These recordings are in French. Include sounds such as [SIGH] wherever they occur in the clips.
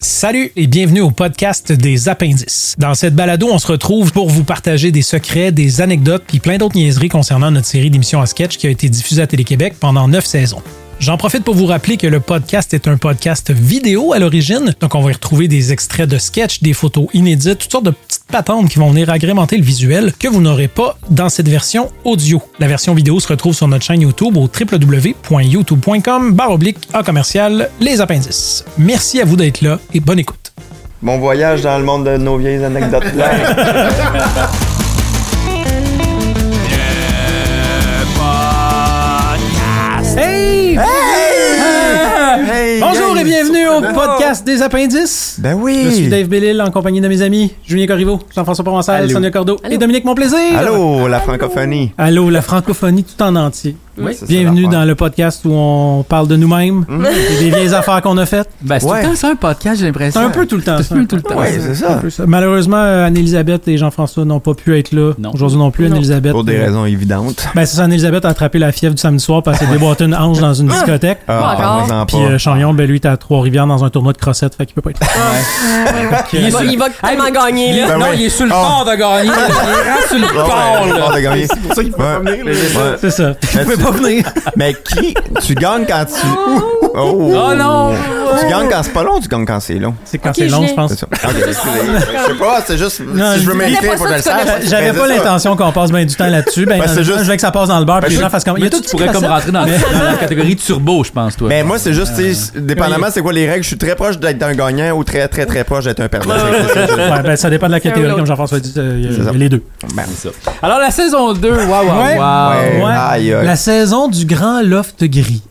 Salut et bienvenue au podcast des appendices. Dans cette balado, on se retrouve pour vous partager des secrets, des anecdotes puis plein d'autres niaiseries concernant notre série d'émissions à sketch qui a été diffusée à Télé-Québec pendant neuf saisons. J'en profite pour vous rappeler que le podcast est un podcast vidéo à l'origine, donc on va y retrouver des extraits de sketch, des photos inédites, toutes sortes de petites patentes qui vont venir agrémenter le visuel que vous n'aurez pas dans cette version audio. La version vidéo se retrouve sur notre chaîne YouTube au www.youtube.com baroblique A commercial les appendices. Merci à vous d'être là et bonne écoute. Bon voyage dans le monde de nos vieilles anecdotes [LAUGHS] là. Hey! Hey, Bonjour gang! et bienvenue au podcast des appendices. Ben Je suis oui! Dave Bellil en compagnie de mes amis Julien Corriveau, Jean-François Provençal, Allô. Sonia Cordeau et Dominique Monplaisir. Allô, la francophonie! Allô, la francophonie tout en entier. Oui. Ça, c'est Bienvenue l'affaire. dans le podcast où on parle de Mhm. nous-mêmes et des [LAUGHS] vieilles affaires qu'on a faites. Ben, c'est Ouais. tout le temps ça, un podcast, j'ai l'impression. C'est un peu tout le temps. C'est ça. plus tout le temps. Ouais, c'est Un ça! peu ça. Malheureusement, euh, Anne-Elisabeth et Jean-François n'ont pas pu être là Non. aujourd'hui non plus. Non. Anne-Elisabeth. Pour des euh, raisons évidentes. Ben, c'est ça, Anne-Elisabeth a attrapé la fièvre du samedi soir parce qu'elle déboîtait une hanche dans une discothèque. Pas encore. parle-moi-en Puis Ah! pas. [LAUGHS] euh, Chagnon, ben lui, était à Trois-Rivières dans un tournoi de crossettes, fait qu'il peut pas être là. Ah. Il va, il va tellement gagner, là. Ben non, ouais. il est sur le Ah. port de gagner. Il est rendu sur le Ah ouais, port, le là. sport de gagner. C'est pour ça qu'il peut pas venir. C'est ça. Mais, tu- venir. mais qui? Tu gagnes quand tu. Oh, Oh non! Tu gagnes quand c'est pas long, tu gagnes quand c'est long. C'est quand Ok, c'est long, Julien. je pense. C'est ça. Ok, excusez. Je sais pas, c'est juste. Non, si je veux je- m'inviter, J'avais faut pas que je le ça, tu sache. connais- J'avais Ben, pas c'est ça. l'intention qu'on passe bien du temps là-dessus. Ben, Ben, c'est dans le fond, juste- Ben, je veux que ça passe dans le bar, puis les je- gens fassent comme. Il y a Mais tout tu pourrais comme rentrer dans [LAUGHS] la catégorie turbo, je pense, toi. Mais moi, c'est juste, tu sais, dépendamment c'est quoi les règles, je suis très proche d'être un gagnant ou très très très proche d'être un perdant. C'est ça, Ouais, ben, ça dépend de la catégorie, comme Jean-François dit. euh, Il y a- il y a les deux. je- ben, Alors, la saison 2, waouh, waouh, Ouais. waouh. Ah, Ouais. aïe, aïe. La saison du grand loft gris.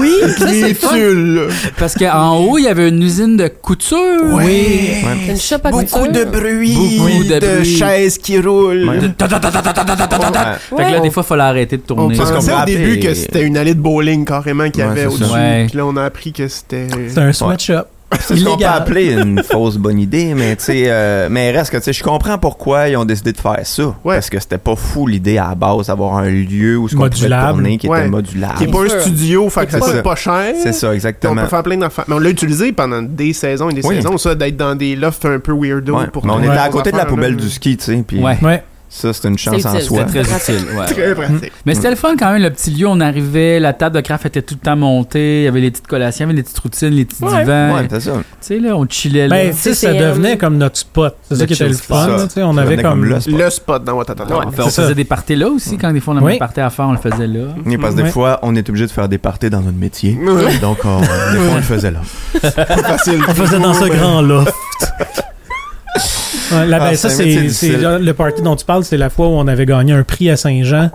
Oui. Ça, c'est le fun. Parce qu'en haut, il y avait une usine de couture. Oui. Ouais. Une shop à Beaucoup couture. de bruit, Beaucoup de de, bruit. chaises qui roulent. Ouais. De ta- ta- ta- ta- ta- ta- ta- ta- ta- ta- ta. Ouais. Fait que là, des fois, il fallait arrêter de On tourner. Parce qu'on pensait au peut début appeler- que c'était une allée de bowling carrément qu'il y Ouais, avait c'est au-dessus. ça. Ouais. Puis là, on a appris que c'était. C'est un sweatshop. C'est ce qu'on peut appeler une [LAUGHS] fausse bonne idée, mais tu sais, euh, mais reste que tu sais, je comprends pourquoi ils ont décidé de faire ça. Ouais. Parce que c'était pas fou l'idée à la base d'avoir un lieu où ce qu'on pouvait Modulable. tourner qui était Ouais. Qui est modulable. pas un studio, fait que C'est ça ça. coûte pas cher. C'est ça, On exactement. peut faire plein d'affaires. Mais on l'a utilisé pendant des saisons et des Oui. saisons, ça, d'être dans des lofts un peu weirdo. Ouais. Pour Mais on trouver était des à côté de la affaires, poubelle là. [LAUGHS] du ski, tu sais, puis Ouais. Ouais. ça c'est une chance C'est en utile, soi. c'est Très utile, ouais. Très pratique. Mais c'était le fun quand même, le petit lieu, on arrivait, la table de craft était tout le temps montée, il y avait les petites collations, il y avait les petites routines, les petits Ouais. divans. Ouais, Tu c'est ça. sais, là, on chillait là. Ben, tu sais, ça CCM. devenait comme notre spot. C'est ça Le qui était chill le spot. fun. Ça. tu sais, On Ça avait devenait comme comme. le spot. Le spot dans Watatata. Enfin, c'est on faisait ça. des parties là aussi, quand des fois on avait Oui. des parties à faire, on le faisait là. Oui, parce que Ouais. des fois, on est obligé de faire des parties dans notre métier. Ouais. Donc, on, des fois, on le faisait là. Facile. On faisait dans ce grand loft. Ouais, là, ben, Ah, ça, c'est un métier c'est difficile. c'est genre le party dont tu parles, c'est la fois où on avait gagné un prix à Saint-Jean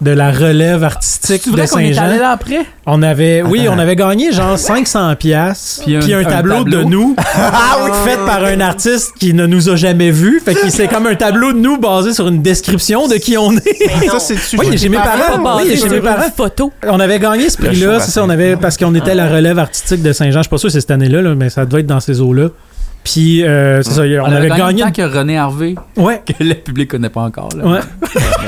de la relève artistique C'est de vrai qu'on est allé Saint-Jean. là après? On avait, [LAUGHS] oui, on avait gagné genre 500 pièces, puis Puis un- un, un tableau, de [LAUGHS] tableau. nous, Ah fait par un artiste qui ne nous a jamais vus, fait que c'est comme un tableau de nous basé sur une description de qui on est. Ah, Ça, c'est-tu. Oui, j'ai mes parents. Oui, j'ai mes parents. photo. On avait gagné ce prix-là, show c'est ça, on avait, parce qu'on était la relève artistique de Saint-Jean. Je suis pas sûr que c'est cette année-là, là, mais ça doit être dans ces eaux-là. Puis, euh, c'est ça, on, avait gagné. tant que René Harvey, [LAUGHS] une- [LAUGHS] Ouais, que le public connaît pas encore. Là. ouais.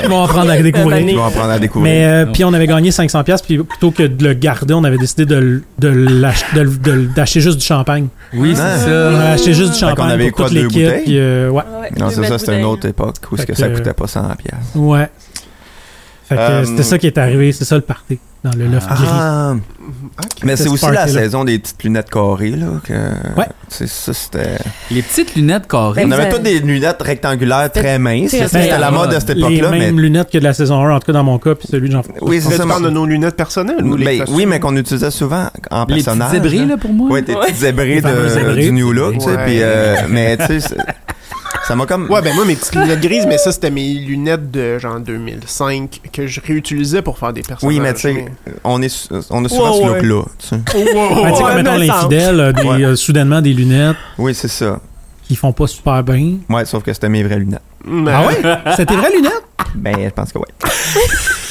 Ils vont apprendre à Tu découvrir. vas apprendre à découvrir. Mais euh, puis on avait gagné 500 pièces puis plutôt que de le garder, on avait décidé de l- de l'ach- de l- de l- d'acheter juste du champagne. Oui, c'est Ah. On ça. avait acheté juste du qu'on champagne avait pour quoi, toute deux l'équipe bouteilles? puis euh, ouais, non, c'est ça, c'était une autre époque où ce Fait que ça que- coûtait pas 100 piastres. ouais. Fait que Euh, c'était ça qui est arrivé, c'est ça le party dans le loft euh, gris. Ah! Mais Cette c'est aussi la party-là. saison des petites lunettes carrées, là. Que, Ouais. C'est ça, c'était. Les petites lunettes carrées. On Ben, vous avait avez- toutes des lunettes rectangulaires C'était- très minces. C'était très c'était la très mode à cette Les époque-là, mais. mêmes lunettes que de la saison 1 en tout cas dans mon cas puis celui de Jean-François. Oui, Là, c'est tu ça. parles de mais- nos lunettes personnelles ou les ben, costumes? oui, mais qu'on utilisait souvent en Les petites personnage. hein. zébrés, là, pour moi. Ouais, des petites zébrés Les fameuses de- euh, zébrées. du New Look, tu sais. Ouais. puis, euh, mais, tu sais, c'est- ça m'a comme. Ouais, ben moi, mes petites lunettes grises, mais ça, c'était mes lunettes de genre 2005 que je réutilisais pour faire des personnages. Oh, Oui, mais tu sais, on, est, su- on a souvent Ouais, ce look-là, tu sais. Ben, tu sais, ouais, comme mettons me semble. l'infidèle, euh, des, Ouais. euh, soudainement des lunettes Oui, c'est ça. qui font pas super bien. [LAUGHS] Ah Ouais, sauf que c'était mes vraies lunettes. Mais- Ah ouais? C'était vraies lunettes? Ben, je pense que oui.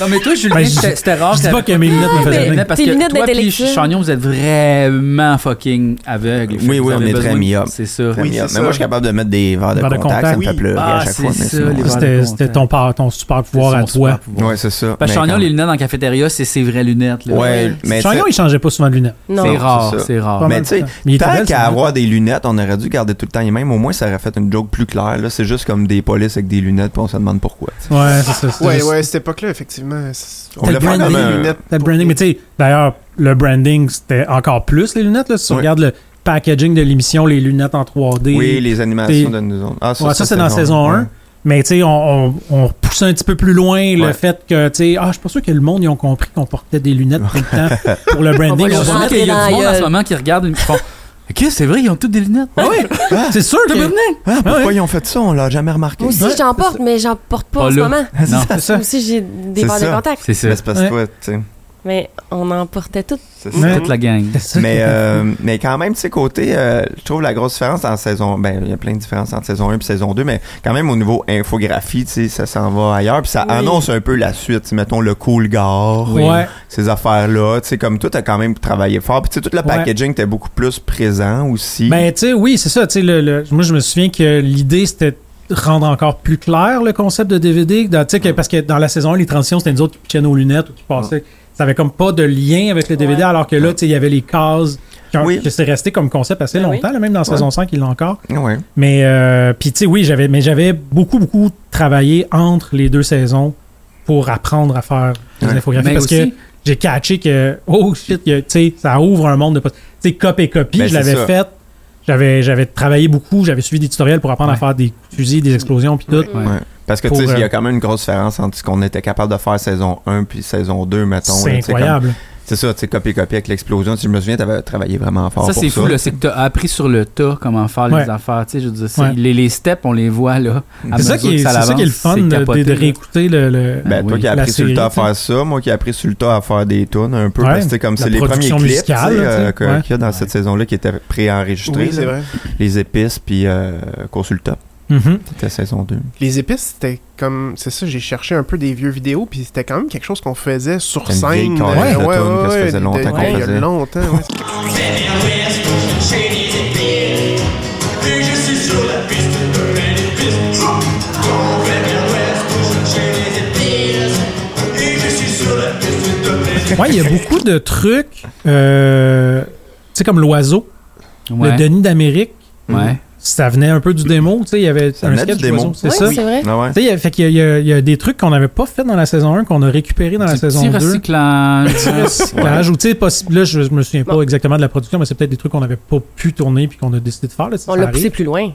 Non, mais toi, Julien, Ben, je- c'était c'était rare. je dis que- pas que mes lunettes me Ah, faisaient mais- venir. Parce Tes que lunettes toi puis d'intellectuel. Chagnon, vous êtes vraiment fucking aveugles. Oui, Fait que oui, vous on avez est besoin très de- myope. C'est ça. Très Oui, myope. c'est mais ça. moi, je suis capable de mettre des verres de, Verres de contact, ça me contact, fait oui. pleurer Ah, à chaque c'est fois. mais ça, sinon- les verres C'était c'était ton, par- ton super pouvoir à C'est son toi. super pouvoir. Ouais, c'est ça. Parce que mais Chagnon, quand- les lunettes en cafétéria, c'est ses vraies lunettes. là. Ouais, mais Chagnon, il changeait pas souvent de lunettes. C'est Non. rare, c'est ça. c'est Pas rare. mal. Ah, Mais tu sais, Mais il était tant belle, qu'à son avoir des lunettes, on aurait dû garder tout le temps les mêmes. Au moins, ça aurait fait une joke plus claire. Là, c'est juste comme des polices avec des lunettes, puis on se demande pourquoi. tu sais. Ouais, c'est ça. c'était Ouais, juste- ouais, à cette époque-là, effectivement. c'est- On voulait le faire branding, comme un- C'était le branding. Mais tu sais, d'ailleurs, le branding, c'était encore plus les lunettes. Là. Si tu Oui. regardes le packaging de l'émission, les lunettes en 3D. Oui, les animations des- de nous autres. Ah, Ouais, ça, c'est dans saison 1. ouais. Mais tu sais, on, on, on repoussait un petit peu plus loin le Ouais. fait que, tu sais, ah, je suis pas sûr que le monde, ils ont compris qu'on portait des lunettes tout le [LAUGHS] temps pour le branding. va On leur va- rentrer Il y a dans la du monde en gueule. ce moment qui regarde et qui font Ok, c'est vrai, ils ont toutes des lunettes. Ah ouais, c'est sûr que... Ah, pourquoi Ah ouais. ils ont fait ça? On l'a jamais remarqué. Moi aussi, Ouais, j'en porte, mais j'en porte pas en Pas ce là. moment. Non, Ah, C'est ça. Moi aussi, j'ai des C'est barres de ça. contact. c'est ça. Mais c'est parce Ouais. que toi, tu sais. Mais on en portait toutes. c'est Ouais. ça. Toute la gang. C'est ça. [LAUGHS] Mais, euh, mais quand même, tu sais, côté, euh, je trouve la grosse différence en saison. Ben, il y a plein de différences entre saison 1 et saison 2, mais quand même, au niveau infographie, tu sais, ça s'en va ailleurs. Puis ça Oui. annonce un peu la suite. tu sais, Mettons le cool gars, oui. Ouais. ces affaires-là. Tu sais, comme toi, t'as quand même travaillé fort. Puis tu sais, tout le Ouais. packaging, t'es beaucoup plus présent aussi. Ben, tu sais, oui, c'est ça. Tu sais, le, le- moi, je me souviens que l'idée, c'était de rendre encore plus clair le concept de DVD. Dans- tu sais, que- parce que dans la saison 1, les transitions, c'était nous autres qui pitchaient nos lunettes ou qui passaient. Ça avait comme pas de lien avec le DVD, Ouais. alors que là, tu sais, il y avait les cases. qui ont- Oui. Que c'est resté comme concept assez Ben oui. longtemps, là, même dans la saison 5, il l'a encore. ouais. Mais, euh, puis tu sais, oui, j'avais, mais j'avais beaucoup, beaucoup travaillé entre les deux saisons pour apprendre à faire des Ouais. infographies. Mais Parce aussi- que j'ai catché que, oh shit, que, tu sais, ça ouvre un monde de... pos- Tu sais, cop et copie, Ben, je c'est l'avais ça. fait. J'avais, j'avais travaillé beaucoup, j'avais suivi des tutoriels pour apprendre à Ouais. faire des fusils, des explosions, puis tout. Ouais. Ouais. Parce que tu Pour, sais, il y euh, a quand même une grosse différence entre ce qu'on était capable de faire saison 1 puis saison 2, mettons. C'est là, tu sais, incroyable. comme- C'est ça, tu sais, copier-copier avec l'explosion. Si je me souviens, t'avais travaillé vraiment fort Ça, pour c'est fou, ça. là, c'est que t'as appris sur le tas comment faire Ouais. les affaires. Tu sais, je veux dire, c'est- Ouais. les, les steps, on les voit là. à C'est ça, mesure qui est, que c'est ça l'avance, qui est le fun c'est de, capoté, de là. réécouter le... le- Ben, toi oui. qui as La appris sur série, le tas à tu sais. faire ça, moi qui ai appris sur le tas à faire des tunes un peu, Ouais. parce que c'est comme La c'est les premiers production clips tu sais, musicale, là, euh, tu sais. que- qu'il Ouais. y a dans cette saison-là qui étaient préenregistrés. Oui, c'est là. vrai. Les épices, puis euh, consulta. Mhm. C'était saison 2. Les épices, c'était comme. C'est ça, j'ai cherché un peu des vieux vidéos, puis c'était quand même quelque chose qu'on faisait sur C'était une vieille scène. euh, carrière de tourne que ça faisait de- longtemps de- qu'on Il y faisait. a [LAUGHS] longtemps, ouais. Chez les épices, et je suis sur la piste de l'épice. On fait bien l'ouest, chez les épices, et je suis sur la piste de l'épice. Ouais, il y a beaucoup de trucs, euh, tu sais, comme l'oiseau, Ouais. le Denis d'Amérique. Ouais. ça venait un peu du démo, tu sais, il y avait Ça un venait du sketch démo. d'oiseau, c'est Oui, ça. c'est vrai. Ah ouais? Tu sais, il y a- fait qu'il y a- il y, a- il y a des trucs qu'on n'avait pas fait dans la saison 1 qu'on a récupéré dans la Du saison petit 2. recyclage. [LAUGHS] Recyclage, ou tu sais, possible- là, je, je me souviens pas exactement de la production, mais c'est peut-être des trucs qu'on n'avait pas pu tourner puis qu'on a décidé de faire. Là, On l'a poussé plus loin.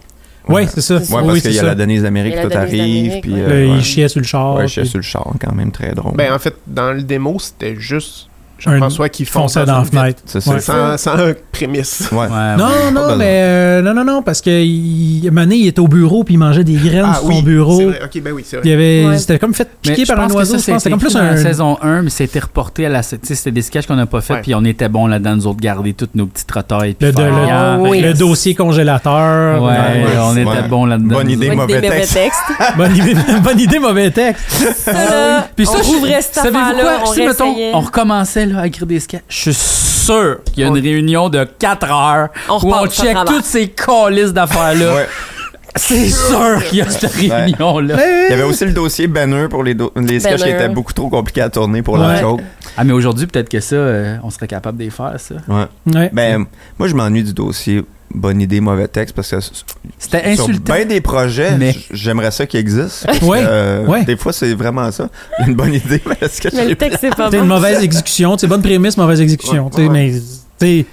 Oui, c'est ça. Ouais, Ouais, Oui, parce c'est qu'il y a ça. la Denise d'Amérique, Et la tout Denise arrive, d'Amérique, puis. ouais. euh, Le- ouais. Il chiait sur le char. Ouais, je suis puis sur le char, quand même, très drôle. Ben, en fait, dans le démo, c'était juste Jean-François qui il fonçait fonçait dans la une vitre. fenêtre. C'est ça. Ouais. Sans, sans prémisse. Ouais. Ouais, ouais. Non, non, besoin. mais euh, non, non, non, parce que il, Mané, il était au bureau puis il mangeait des graines Ah sur son Ah oui, bureau. c'est vrai. Ok, ben oui, c'est Il y vrai. avait, Ouais. c'était comme fait Mais piquer je par un pense que oiseau. je ça, pense. C'était c'était comme écrit plus dans la un. saison 1, mais c'était reporté à la. sa- tu sais, C'était des sketchs qu'on n'a pas fait, Ouais. puis on était bons là-dedans, nous autres, garder toutes nos petites reteuils. puis Le- faire le- le- gaffe. Oui. Le dossier Ah, Ouais, congélateur. on était Ouais. bons là-dedans. Bonne nous idée. autres. Des mauvais textes. Bonne idée, [LAUGHS] bonne idée, mauvais texte. Ça, là, Ah Puis ça, on je- rouvrait cette savez-vous affaire-là, quoi? on si, mettons, réessayait. on recommençait là, à écrire des sketchs, je suis sûr qu'il y a une On- réunion de 4 heures On où on repart sur le check travail. toutes ces calices d'affaires-là. Ouais. C'est sûr qu'il y a cette réunion-là. Il y avait aussi le dossier banner pour les, do- les sketchs qui Banner. étaient beaucoup trop compliqués à tourner pour Ouais. la joke. Ah, mais aujourd'hui, peut-être que ça, euh, on serait capable de les faire, ça. Ouais. Ouais. Ben, moi, je m'ennuie du dossier bonne idée, mauvais texte, parce que s- C'était Euh, sur insultant. bien des projets, Mais- j- j'aimerais ça qui existe. Ouais, ouais. euh, Des fois, c'est vraiment ça. Une bonne idée, mais est-ce que Mais j'ai- le texte, c'est pas T'sais, une Ah bon. mauvaise exécution, t'sais, bonne prémisse, mauvaise exécution. Ouais, t'sais, ouais. Mais t'sais,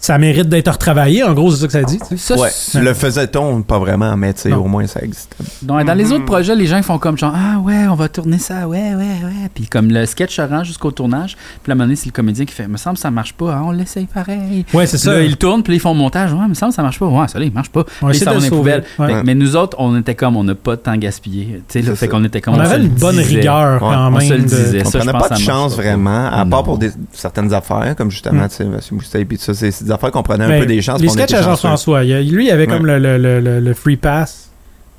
ça mérite d'être retravaillé, en gros, c'est ça que ça dit. t'sais. Ça, ben Ouais, c'est- le faisait-on? Pas vraiment, mais tu sais, Non. au moins, ça existe. Dans, dans les Mhm. autres projets, les gens ils font comme genre Ah ouais, on va tourner ça, ouais, ouais, ouais. Puis comme le sketch se rend jusqu'au tournage, puis à un moment donné, c'est le comédien qui fait Me semble que ça marche pas, Ah, on l'essaye pareil. Ouais, c'est Puis ça. là, ils tournent, puis là, ils font le montage. Ouais, me semble que ça marche pas. Ouais, ça, là, il marche pas. On Puis essaie ça, de on le est sauver. poubelle. Ouais. Fait- mais nous autres, on était comme, on n'a pas de temps gaspillé. Tu sais, là, C'est fait ça. qu'on était comme On se avait le une bonne disait. rigueur Ouais, quand on même. se le de- disait. on ça, je prenait pense pas que de ça chance marche pas. vraiment, à Non. part pour des- certaines affaires, comme justement, Mm. tu sais, Monsieur Moustay, puis tout ça, c'est c'est des affaires qu'on prenait un Ben, peu des chances. les puis on sketchs était à chanceux. Jean-François, il y a- lui, il avait comme le, le- le- le- le free pass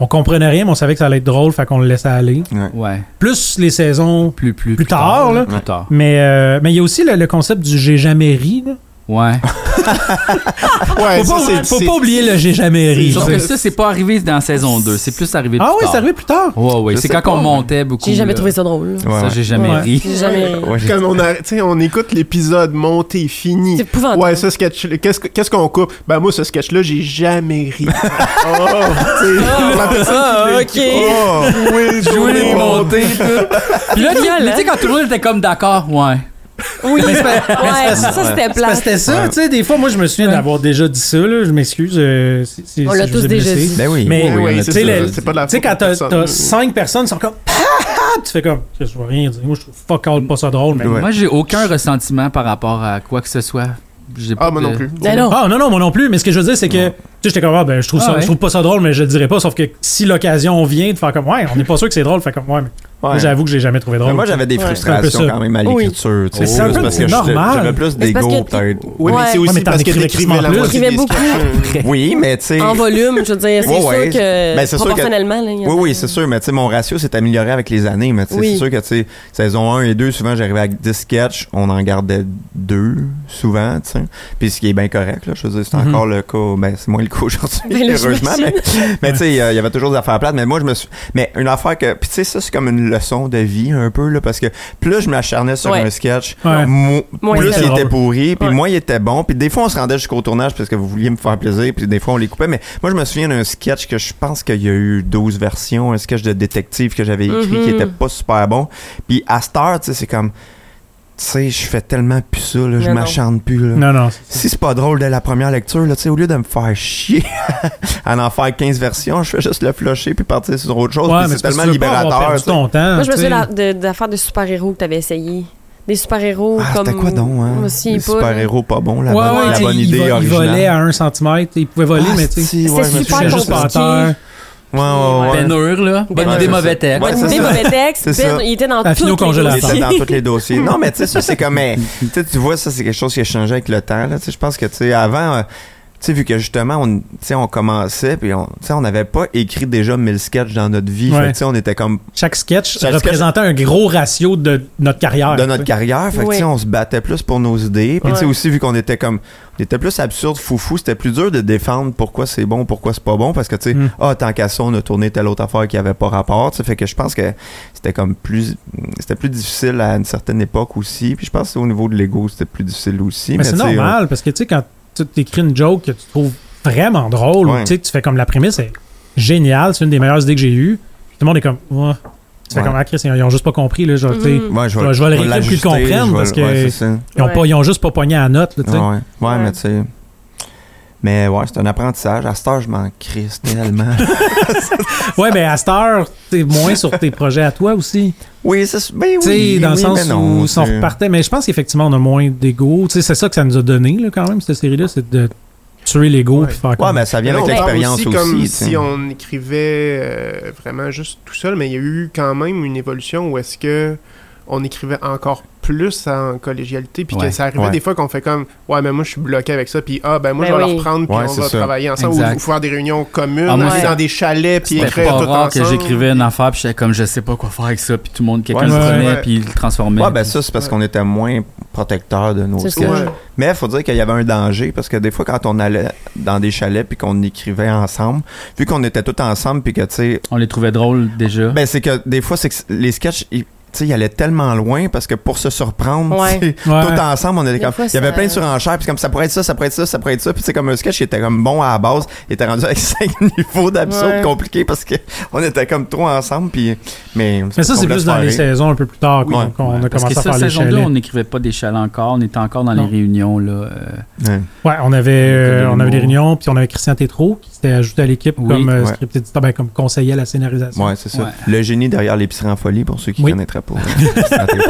On comprenait rien, mais on savait que ça allait être drôle, fait qu'on le laissait aller. Ouais. Plus les saisons. Plus, plus, Plus tard, là. Plus tard. Mais euh, mais il y a aussi le, le concept du j'ai jamais ri. là. Ouais. Ouais, Faut, ça, pas, c'est- faut c'est- pas oublier le j'ai jamais ri. C'est Sauf tu que sais. ça, c'est pas arrivé dans saison 2. C'est plus arrivé plus Ah oui, tard. c'est arrivé plus tard. Ouais, ouais. Je C'est sais quand pas, on montait beaucoup. J'ai jamais là. trouvé ça drôle. Ouais. Ça, j'ai jamais Ouais. [LAUGHS] ri. J'ai jamais. Ouais, j'ai- Comme on, a, tu sais, on écoute l'épisode monté, fini. C'est épouvantable. Ouais, ce sketch, qu'est-ce que- qu'est-ce qu'on coupe? Ben, moi, ce sketch-là, j'ai jamais [LAUGHS] ri. oh, tu sais, la personne Ah, qui ok. Oh! le- Jouer, monter, tout. Puis là, tu Violent. mais tu sais, quand tout le monde était comme d'accord, ouais. Oui, ouais, ça c'était Parce plat. que C'était ça, Ouais. tu sais, des fois, moi, je me souviens Ouais. d'avoir déjà dit ça, là, je m'excuse. euh, si- si- On si l'a je tous vous ai déjà blessé. dit. Ben oui. Mais, Ouais, ouais, tu c'est sais, ça, le- c'est pas de la tu sais, faute quand de t'as personne. t'as cinq personnes qui sont comme, Ah, ah, tu fais comme, je vois rien dire, moi, je trouve fuck all pas ça drôle, mais. Ouais. Moi, j'ai aucun ressentiment par rapport à quoi que ce soit. J'ai Ah, pas moi de- non plus. Ben non. Ah, non, non, moi non plus, mais ce que je veux dire, c'est que, tu sais, j'étais comme, ah, ben, je trouve, Ah ça, ouais. je trouve pas ça drôle, mais je le dirais pas, sauf que si l'occasion vient de faire comme, ouais, on n'est pas sûr que c'est drôle, fait comme, ouais, mais moi, Ouais. j'avoue que j'ai jamais trouvé drôle. Mais moi, j'avais des Ouais. C'est un frustrations peu ça. quand même à Oui. l'écriture. tu Mais sais, c'est un juste peu- parce c'est que j'étais- normal. J'avais plus Mais c'est parce d'ego, que- peut-être. Oui, mais Ouais. c'est Ouais, aussi mais t'en parce que écrivais t'écrivais la crissement moitié plus. des T'écrivais sketchs. Oui, mais tu sais. En volume, je veux dire, c'est Ouais, sûr ouais. que Ben, c'est sûr que- proportionnellement, là, il y en Oui, a- oui, c'est sûr, mais tu sais, mon ratio s'est amélioré avec les années. Mais tu sais, Oui. c'est sûr que, tu sais, saison 1 et 2, souvent, j'arrivais avec 10 sketchs, on en gardait 2, souvent, tu sais. Puis ce qui est bien correct, là, je veux dire, c'est Mhm. encore le cas, ben, c'est moins le cas aujourd'hui, Ben là, heureusement, mais, j'imagine. mais tu sais, euh, il y avait toujours des affaires plates, mais moi, je me suis, mais une affaire que, puis tu sais, ça, c'est comme une leçon de vie, un peu, là, parce que plus je m'acharnais sur Ouais. un sketch, Ouais. mo- Moins plus c'était il drôle. était pourri, puis Ouais. moins il était bon, puis des fois, on se rendait jusqu'au tournage parce que vous vouliez me faire plaisir, puis des fois, on les coupait, mais moi, je me souviens d'un sketch que je pense qu'il y a eu 12 versions, un sketch de détective que j'avais écrit qui Mhm. était pas super bon. Puis à cette heure, tu sais, c'est comme, tu sais, je fais tellement plus ça, là, je Non, non. m'acharne plus. Là. Non, non. Si c'est pas drôle dès la première lecture, là, tu sais, au lieu de me faire chier [LAUGHS] à en faire 15 versions, je fais juste le flusher puis partir sur autre chose. Oh, puis c'est parce que tellement tu veux pas avoir perdu libérateur. Ah, tu sais. ton temps. Moi, je me tu sais. souviens de- d'affaires de super-héros que t'avais essayé. Des super-héros Ah, comme. c'était quoi donc, hein? Aussi, Les pas- super-héros pas bons, la, Ouais, bonne- ouais, la tu sais, bonne il idée vo- il originale. volait à un centimètre, il pouvait voler, Ah, mais tu sais. si, ouais, C'est je me super Il souviens était juste juste pas. par compliqué. terre. Ouais, ouais, ouais. Ben Hur, là. Bonne Ouais, idée, c'est mauvais ça. texte. Ouais, Bonne c'est idée, ça. mauvais texte. C'est Ben, ça. il était dans Ah, fini au toutes les congélateur. Il dossiers. était dans tous les dossiers. Non, mais tu sais, ça, c'est comme. mais, tu sais, tu vois, ça, c'est quelque chose qui a changé avec le temps. là. Tu sais, Je pense que, tu sais, avant. euh, tu sais, vu que justement, on, tu sais, on commençait, puis on tu sais, on n'avait pas écrit déjà 1000 sketchs dans notre vie. Ouais. Fait que, tu sais, on était comme Chaque sketch Chaque sketch- représentait un gros ratio de notre carrière. de notre tu sais. carrière. Fait que, Oui. tu sais, on se battait plus pour nos idées. Puis, tu sais, Ouais. aussi, vu qu'on était comme. On était plus absurde, foufou, c'était plus dur de défendre pourquoi c'est bon, pourquoi c'est pas bon. Parce que, tu sais, Mm. ah, tant qu'à ça, on a tourné telle autre affaire qui avait pas rapport. tu sais. Fait que je pense que c'était comme plus. C'était plus difficile à une certaine époque aussi. Puis, je pense que au niveau de l'ego, c'était plus difficile aussi. Mais c'est tu sais, normal, parce que tu sais, quand tu t'écris une joke que tu trouves vraiment drôle, ou Ouais. tu sais, tu fais comme la prémisse, c'est génial, c'est une des meilleures idées que j'ai eues. Tout le monde est comme, ouais. Tu fais Ouais. comme, ah, Chris, ils ont juste pas compris, là, Mhm. genre, tu sais, on- Ouais, je Je vais le je réécrire pour qu'ils l'ajuster, comprennent, je vais- parce que- ouais, c'est ça. ils, ont Mm-hmm. Ouais. pas, ils ont juste pas pogné à la note, là, tu sais. Ouais, ouais. Ouais, Ouais. mais tu sais. Mais ouais, c'est un apprentissage. À cette heure, je m'en crisse [LAUGHS] tellement. Ouais, mais à cette heure, t'es moins sur tes projets à toi aussi. oui, ça se- ben oui. Tu sais, dans le oui, sens mais non, où si on tu sais. repartait. Mais je pense qu'effectivement, on a moins d'ego. Tu sais, c'est ça que ça nous a donné, là, quand même, cette série-là, c'est de tuer l'ego Ouais. puis faire Ouais, comme... mais ça vient Mais avec là, on parle l'expérience aussi. comme tu sais. si on écrivait euh, vraiment juste tout seul, mais il y a eu quand même une évolution où est-ce que on écrivait encore plus en collégialité, puis Ouais, que ça arrivait ouais. des fois qu'on fait comme ouais mais moi je suis bloqué avec ça, puis ah ben moi Ben je vais oui. le reprendre puis Ouais, on c'est va ça. travailler ensemble ou, Exact. ou faire des réunions communes, Ah, moi, aller c'est- dans des chalets puis C'était écrire pas tout rare que ensemble. j'écrivais une affaire, puis j'étais comme, je sais pas quoi faire avec ça, puis tout le monde, quelqu'un Ouais, le ouais, prenait, ouais. puis il le transformait. Ouais, ben ça, c'est parce qu'on était moins protecteur de nos C'est sketchs. Ouais. Mais il faut dire qu'il y avait un danger parce que des fois, quand on allait dans des chalets puis qu'on écrivait ensemble, vu qu'on était tous ensemble puis que, tu sais, On les trouvait drôles déjà. ben c'est que des fois, c'est que les sketchs, ils, tu sais, ils allaient tellement loin parce que pour se surprendre, Ouais. tu sais, Ouais. tout ensemble, on était Des comme. fois, Il y avait ça- plein de surenchères, puis c'est comme ça pourrait être ça, ça pourrait être ça, ça pourrait être ça. Puis c'est comme un sketch, il était comme bon à la base, il était rendu avec [LAUGHS] cinq niveaux d'absurde Ouais. compliqués parce que on était comme trop ensemble, puis. Mais, Mais ça, c'est plus dans les saisons un peu plus tard qu'on Ouais. qu'on a Parce commencé que à ça, faire les saison 2, chalets. on n'écrivait pas des chalets encore. On était encore dans Non. les réunions, là. euh, Ouais. Ouais, on avait, euh, Comme on avait des l'humour. réunions, puis on avait Christian Tétrault qui s'était ajouté à l'équipe Oui. comme euh, Ouais. script éditeur, ben, comme conseiller à la scénarisation. Ouais, c'est ça. Ouais. Le génie derrière l'épicerie en folie, pour ceux qui Oui. connaîtraient [LAUGHS] pas. L'épicerie en folie.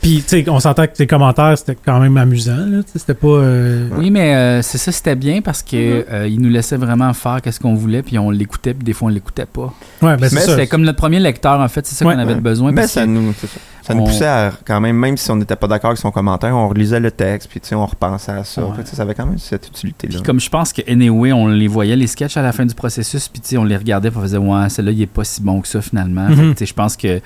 Puis, tu sais, on s'entend que tes commentaires, c'était quand même amusant, là. tu sais, C'était pas. euh, Oui, mais euh, c'est ça, c'était bien parce que euh, ils nous laissaient vraiment faire qu'est-ce qu'on voulait, puis on l'écoutait, puis des fois on l'écoutait pas. Ouais, ben, Mais c'est ça. C'était comme notre premier lecteur, en fait, c'est ça Ouais. qu'on avait Ouais. besoin. Mais parce ça que nous. c'est ça. Ça nous On- poussait à, quand même, même si on n'était pas d'accord avec son commentaire, on relisait le texte, puis tu sais, on repensait à ça. Ouais. Fait que, tu sais, ça avait quand même cette utilité-là. Puis comme je pense que anyway, on les voyait les sketchs à la fin du processus, puis tu sais, on les regardait, puis on faisait ouais, celle-là il est pas si bon que ça finalement. Fait que, Mhm. tu sais, je pense que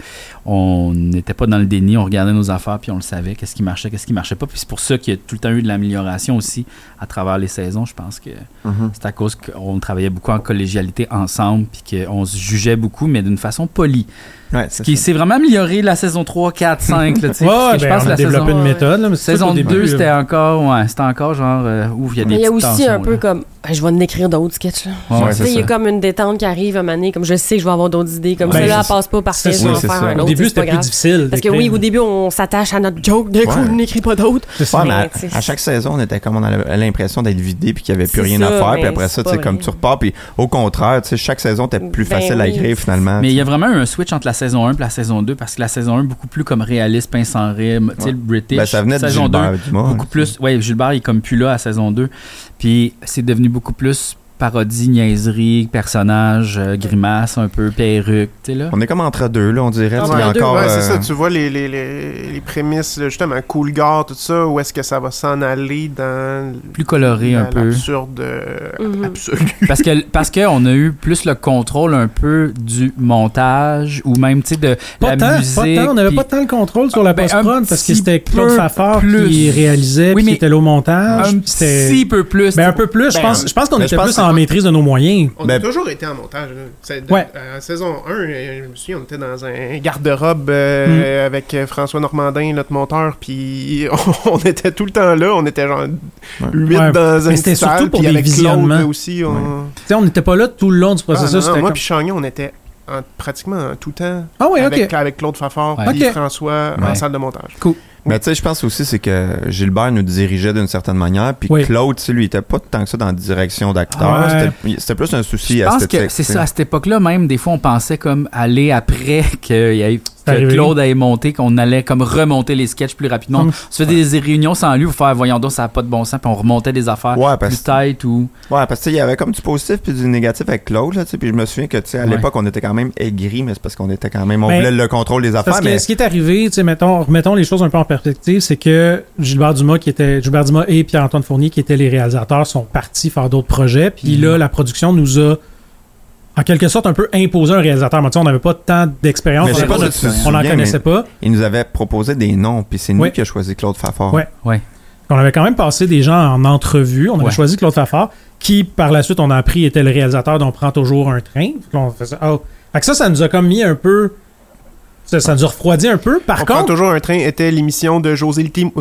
on n'était pas dans le déni, on regardait nos affaires puis on le savait, qu'est-ce qui marchait, qu'est-ce qui marchait pas. Puis c'est pour ça qu'il y a tout le temps eu de l'amélioration aussi à travers les saisons. Je pense que Mhm. c'est à cause qu'on travaillait beaucoup en collégialité ensemble, puis qu'on se jugeait beaucoup, mais d'une façon polie. Ouais, c'est Qui ça. s'est vraiment amélioré la saison [LAUGHS] 3, 4, 5. Là, tu sais, Ouais, parce que ouais, je ben, pense on que a la développé saison, euh, une méthode. là, mais c'est saison ça, au début, 2, là. c'était encore, ouais, c'était encore genre, euh, ouf, il y a des Mais il y a petites aussi un tensions, peu là. comme. Ben, Je vais en écrire d'autres sketchs. là. Ouais, ouais, Ouais, Tu c'est sais, Il y a ça. comme une détente qui arrive à maner, comme je sais que je vais avoir d'autres idées, comme Ben, celle-là, c'est elle passe pas parfait, C'est je vais en ça. faire Oui, un c'est autre. Au début, c'est pas c'était plus grave. difficile. Parce que oui, au début, on s'attache à notre joke, d'un coup, Ouais. on n'écrit pas d'autres. Ouais, Mais, mais à- tu sais, à, chaque saison, on était comme on avait l'impression d'être vidé puis qu'il n'y avait plus C'est rien à ça, faire. mais Puis après c'est ça, tu pas sais, vrai. comme tu repars. Puis au contraire, tu sais, chaque saison, t'es plus Ben facile à oui. écrire finalement. Mais il y a vraiment eu un switch entre la saison 1 et la saison 2 parce que la saison 1 beaucoup plus comme réaliste, pain sans rime, tu sais, Ouais. le British. Ben, ça venait de saison Gilbert 2, Dumas, beaucoup hein, plus. Ouais, Gilbert il est comme plus là à saison 2. Puis c'est devenu beaucoup plus parodie, niaiserie, personnage, euh, grimace un peu, perruque, tu sais là. On est comme entre deux, là, on dirait. Entre tu sais, il y a deux, encore, Ouais, c'est euh, ça, tu vois les, les, les, les prémices, là, justement, Cool Gore, tout ça, où est-ce que ça va s'en aller dans Plus coloré un dans peu. l'absurde euh, Mhm. Ah, absolu. [LAUGHS] Parce que parce que on a eu plus le contrôle un peu du montage ou même tu sais de Pas la tant, musique. pas tant, on n'avait puis- pas tant le contrôle sur la Ben, un post-prod parce que petit c'était Claude peu Fafard plus. qui réalisait Oui, puis qui mais était là au montage. un puis c'était- petit peu plus. Ben, un peu plus, je pense, je pense qu'on ben, était je pense plus que- en maîtrise de nos moyens. On Ben- a toujours été en montage. là. C'est- de- Ouais. À la saison 1, euh, je me souviens, on était dans un garde-robe euh, Mm. avec euh, François Normandin, notre monteur, puis [LAUGHS] on, on était tout le temps là. On était genre 8 Ouais, dans mais un c'était salle, surtout pour puis des avec Claude, visionnements. là, aussi. On... Tu sais, on n'était pas là tout le long du Ah, non, processus. non, c'était moi comme- puis Chagnon, on était en- pratiquement en tout temps Ah oui, ok. avec, avec Claude Fafard Ouais. puis Ok. François en Ouais. salle de montage. Mais tu sais, je pense aussi c'est que Gilbert nous dirigeait d'une certaine manière, puis Oui. Claude, tu sais, lui, il était pas tant que ça dans la direction d'acteur. Ouais. C'était- C'était plus un souci Je pense esthétique. que c'est tu sais. ça, à cette époque-là même, des fois, on pensait comme aller après [LAUGHS] que, il y ait- que arrivé. Claude ait monté, qu'on allait comme remonter les sketchs plus rapidement. Hum. On se faisait des réunions sans lui pour faire, voyons donc, ça n'a pas de bon sens, puis on remontait des affaires Ouais, parce- plus tight ou... Ouais, parce que tu sais, il y avait comme du positif puis du négatif avec Claude, là, tu sais, puis je me souviens que tu sais, à Ouais. l'époque, on était quand même aigris, mais c'est parce qu'on était quand même, on Ben, voulait le contrôle des Parce affaires, que mais ce qui est arrivé, tu sais, mettons, remettons les choses un peu en perspective, c'est que Gilbert Dumas qui était Gilbert Dumas et Pierre-Antoine Fournier qui étaient les réalisateurs sont partis faire d'autres projets, puis Mhm. là la production nous a en quelque sorte un peu imposé un réalisateur. Mais tu sais, on n'avait pas tant d'expérience, Mais je on sais pas n'en si tu te souviens, mais- connaissait pas. il nous avait proposé des noms, puis c'est Ouais. nous qui a choisi Claude Fafard. Ouais. On avait quand même passé des gens en entrevue. On avait Ouais. choisi Claude Fafard, qui par la suite on a appris était le réalisateur d'On prend toujours un train. Puis là, on faisait, Ah. Fait que ça, ça nous a comme mis un peu, ça, ça nous a refroidi un peu. Par on prend contre, toujours un train était l'émission de José Lito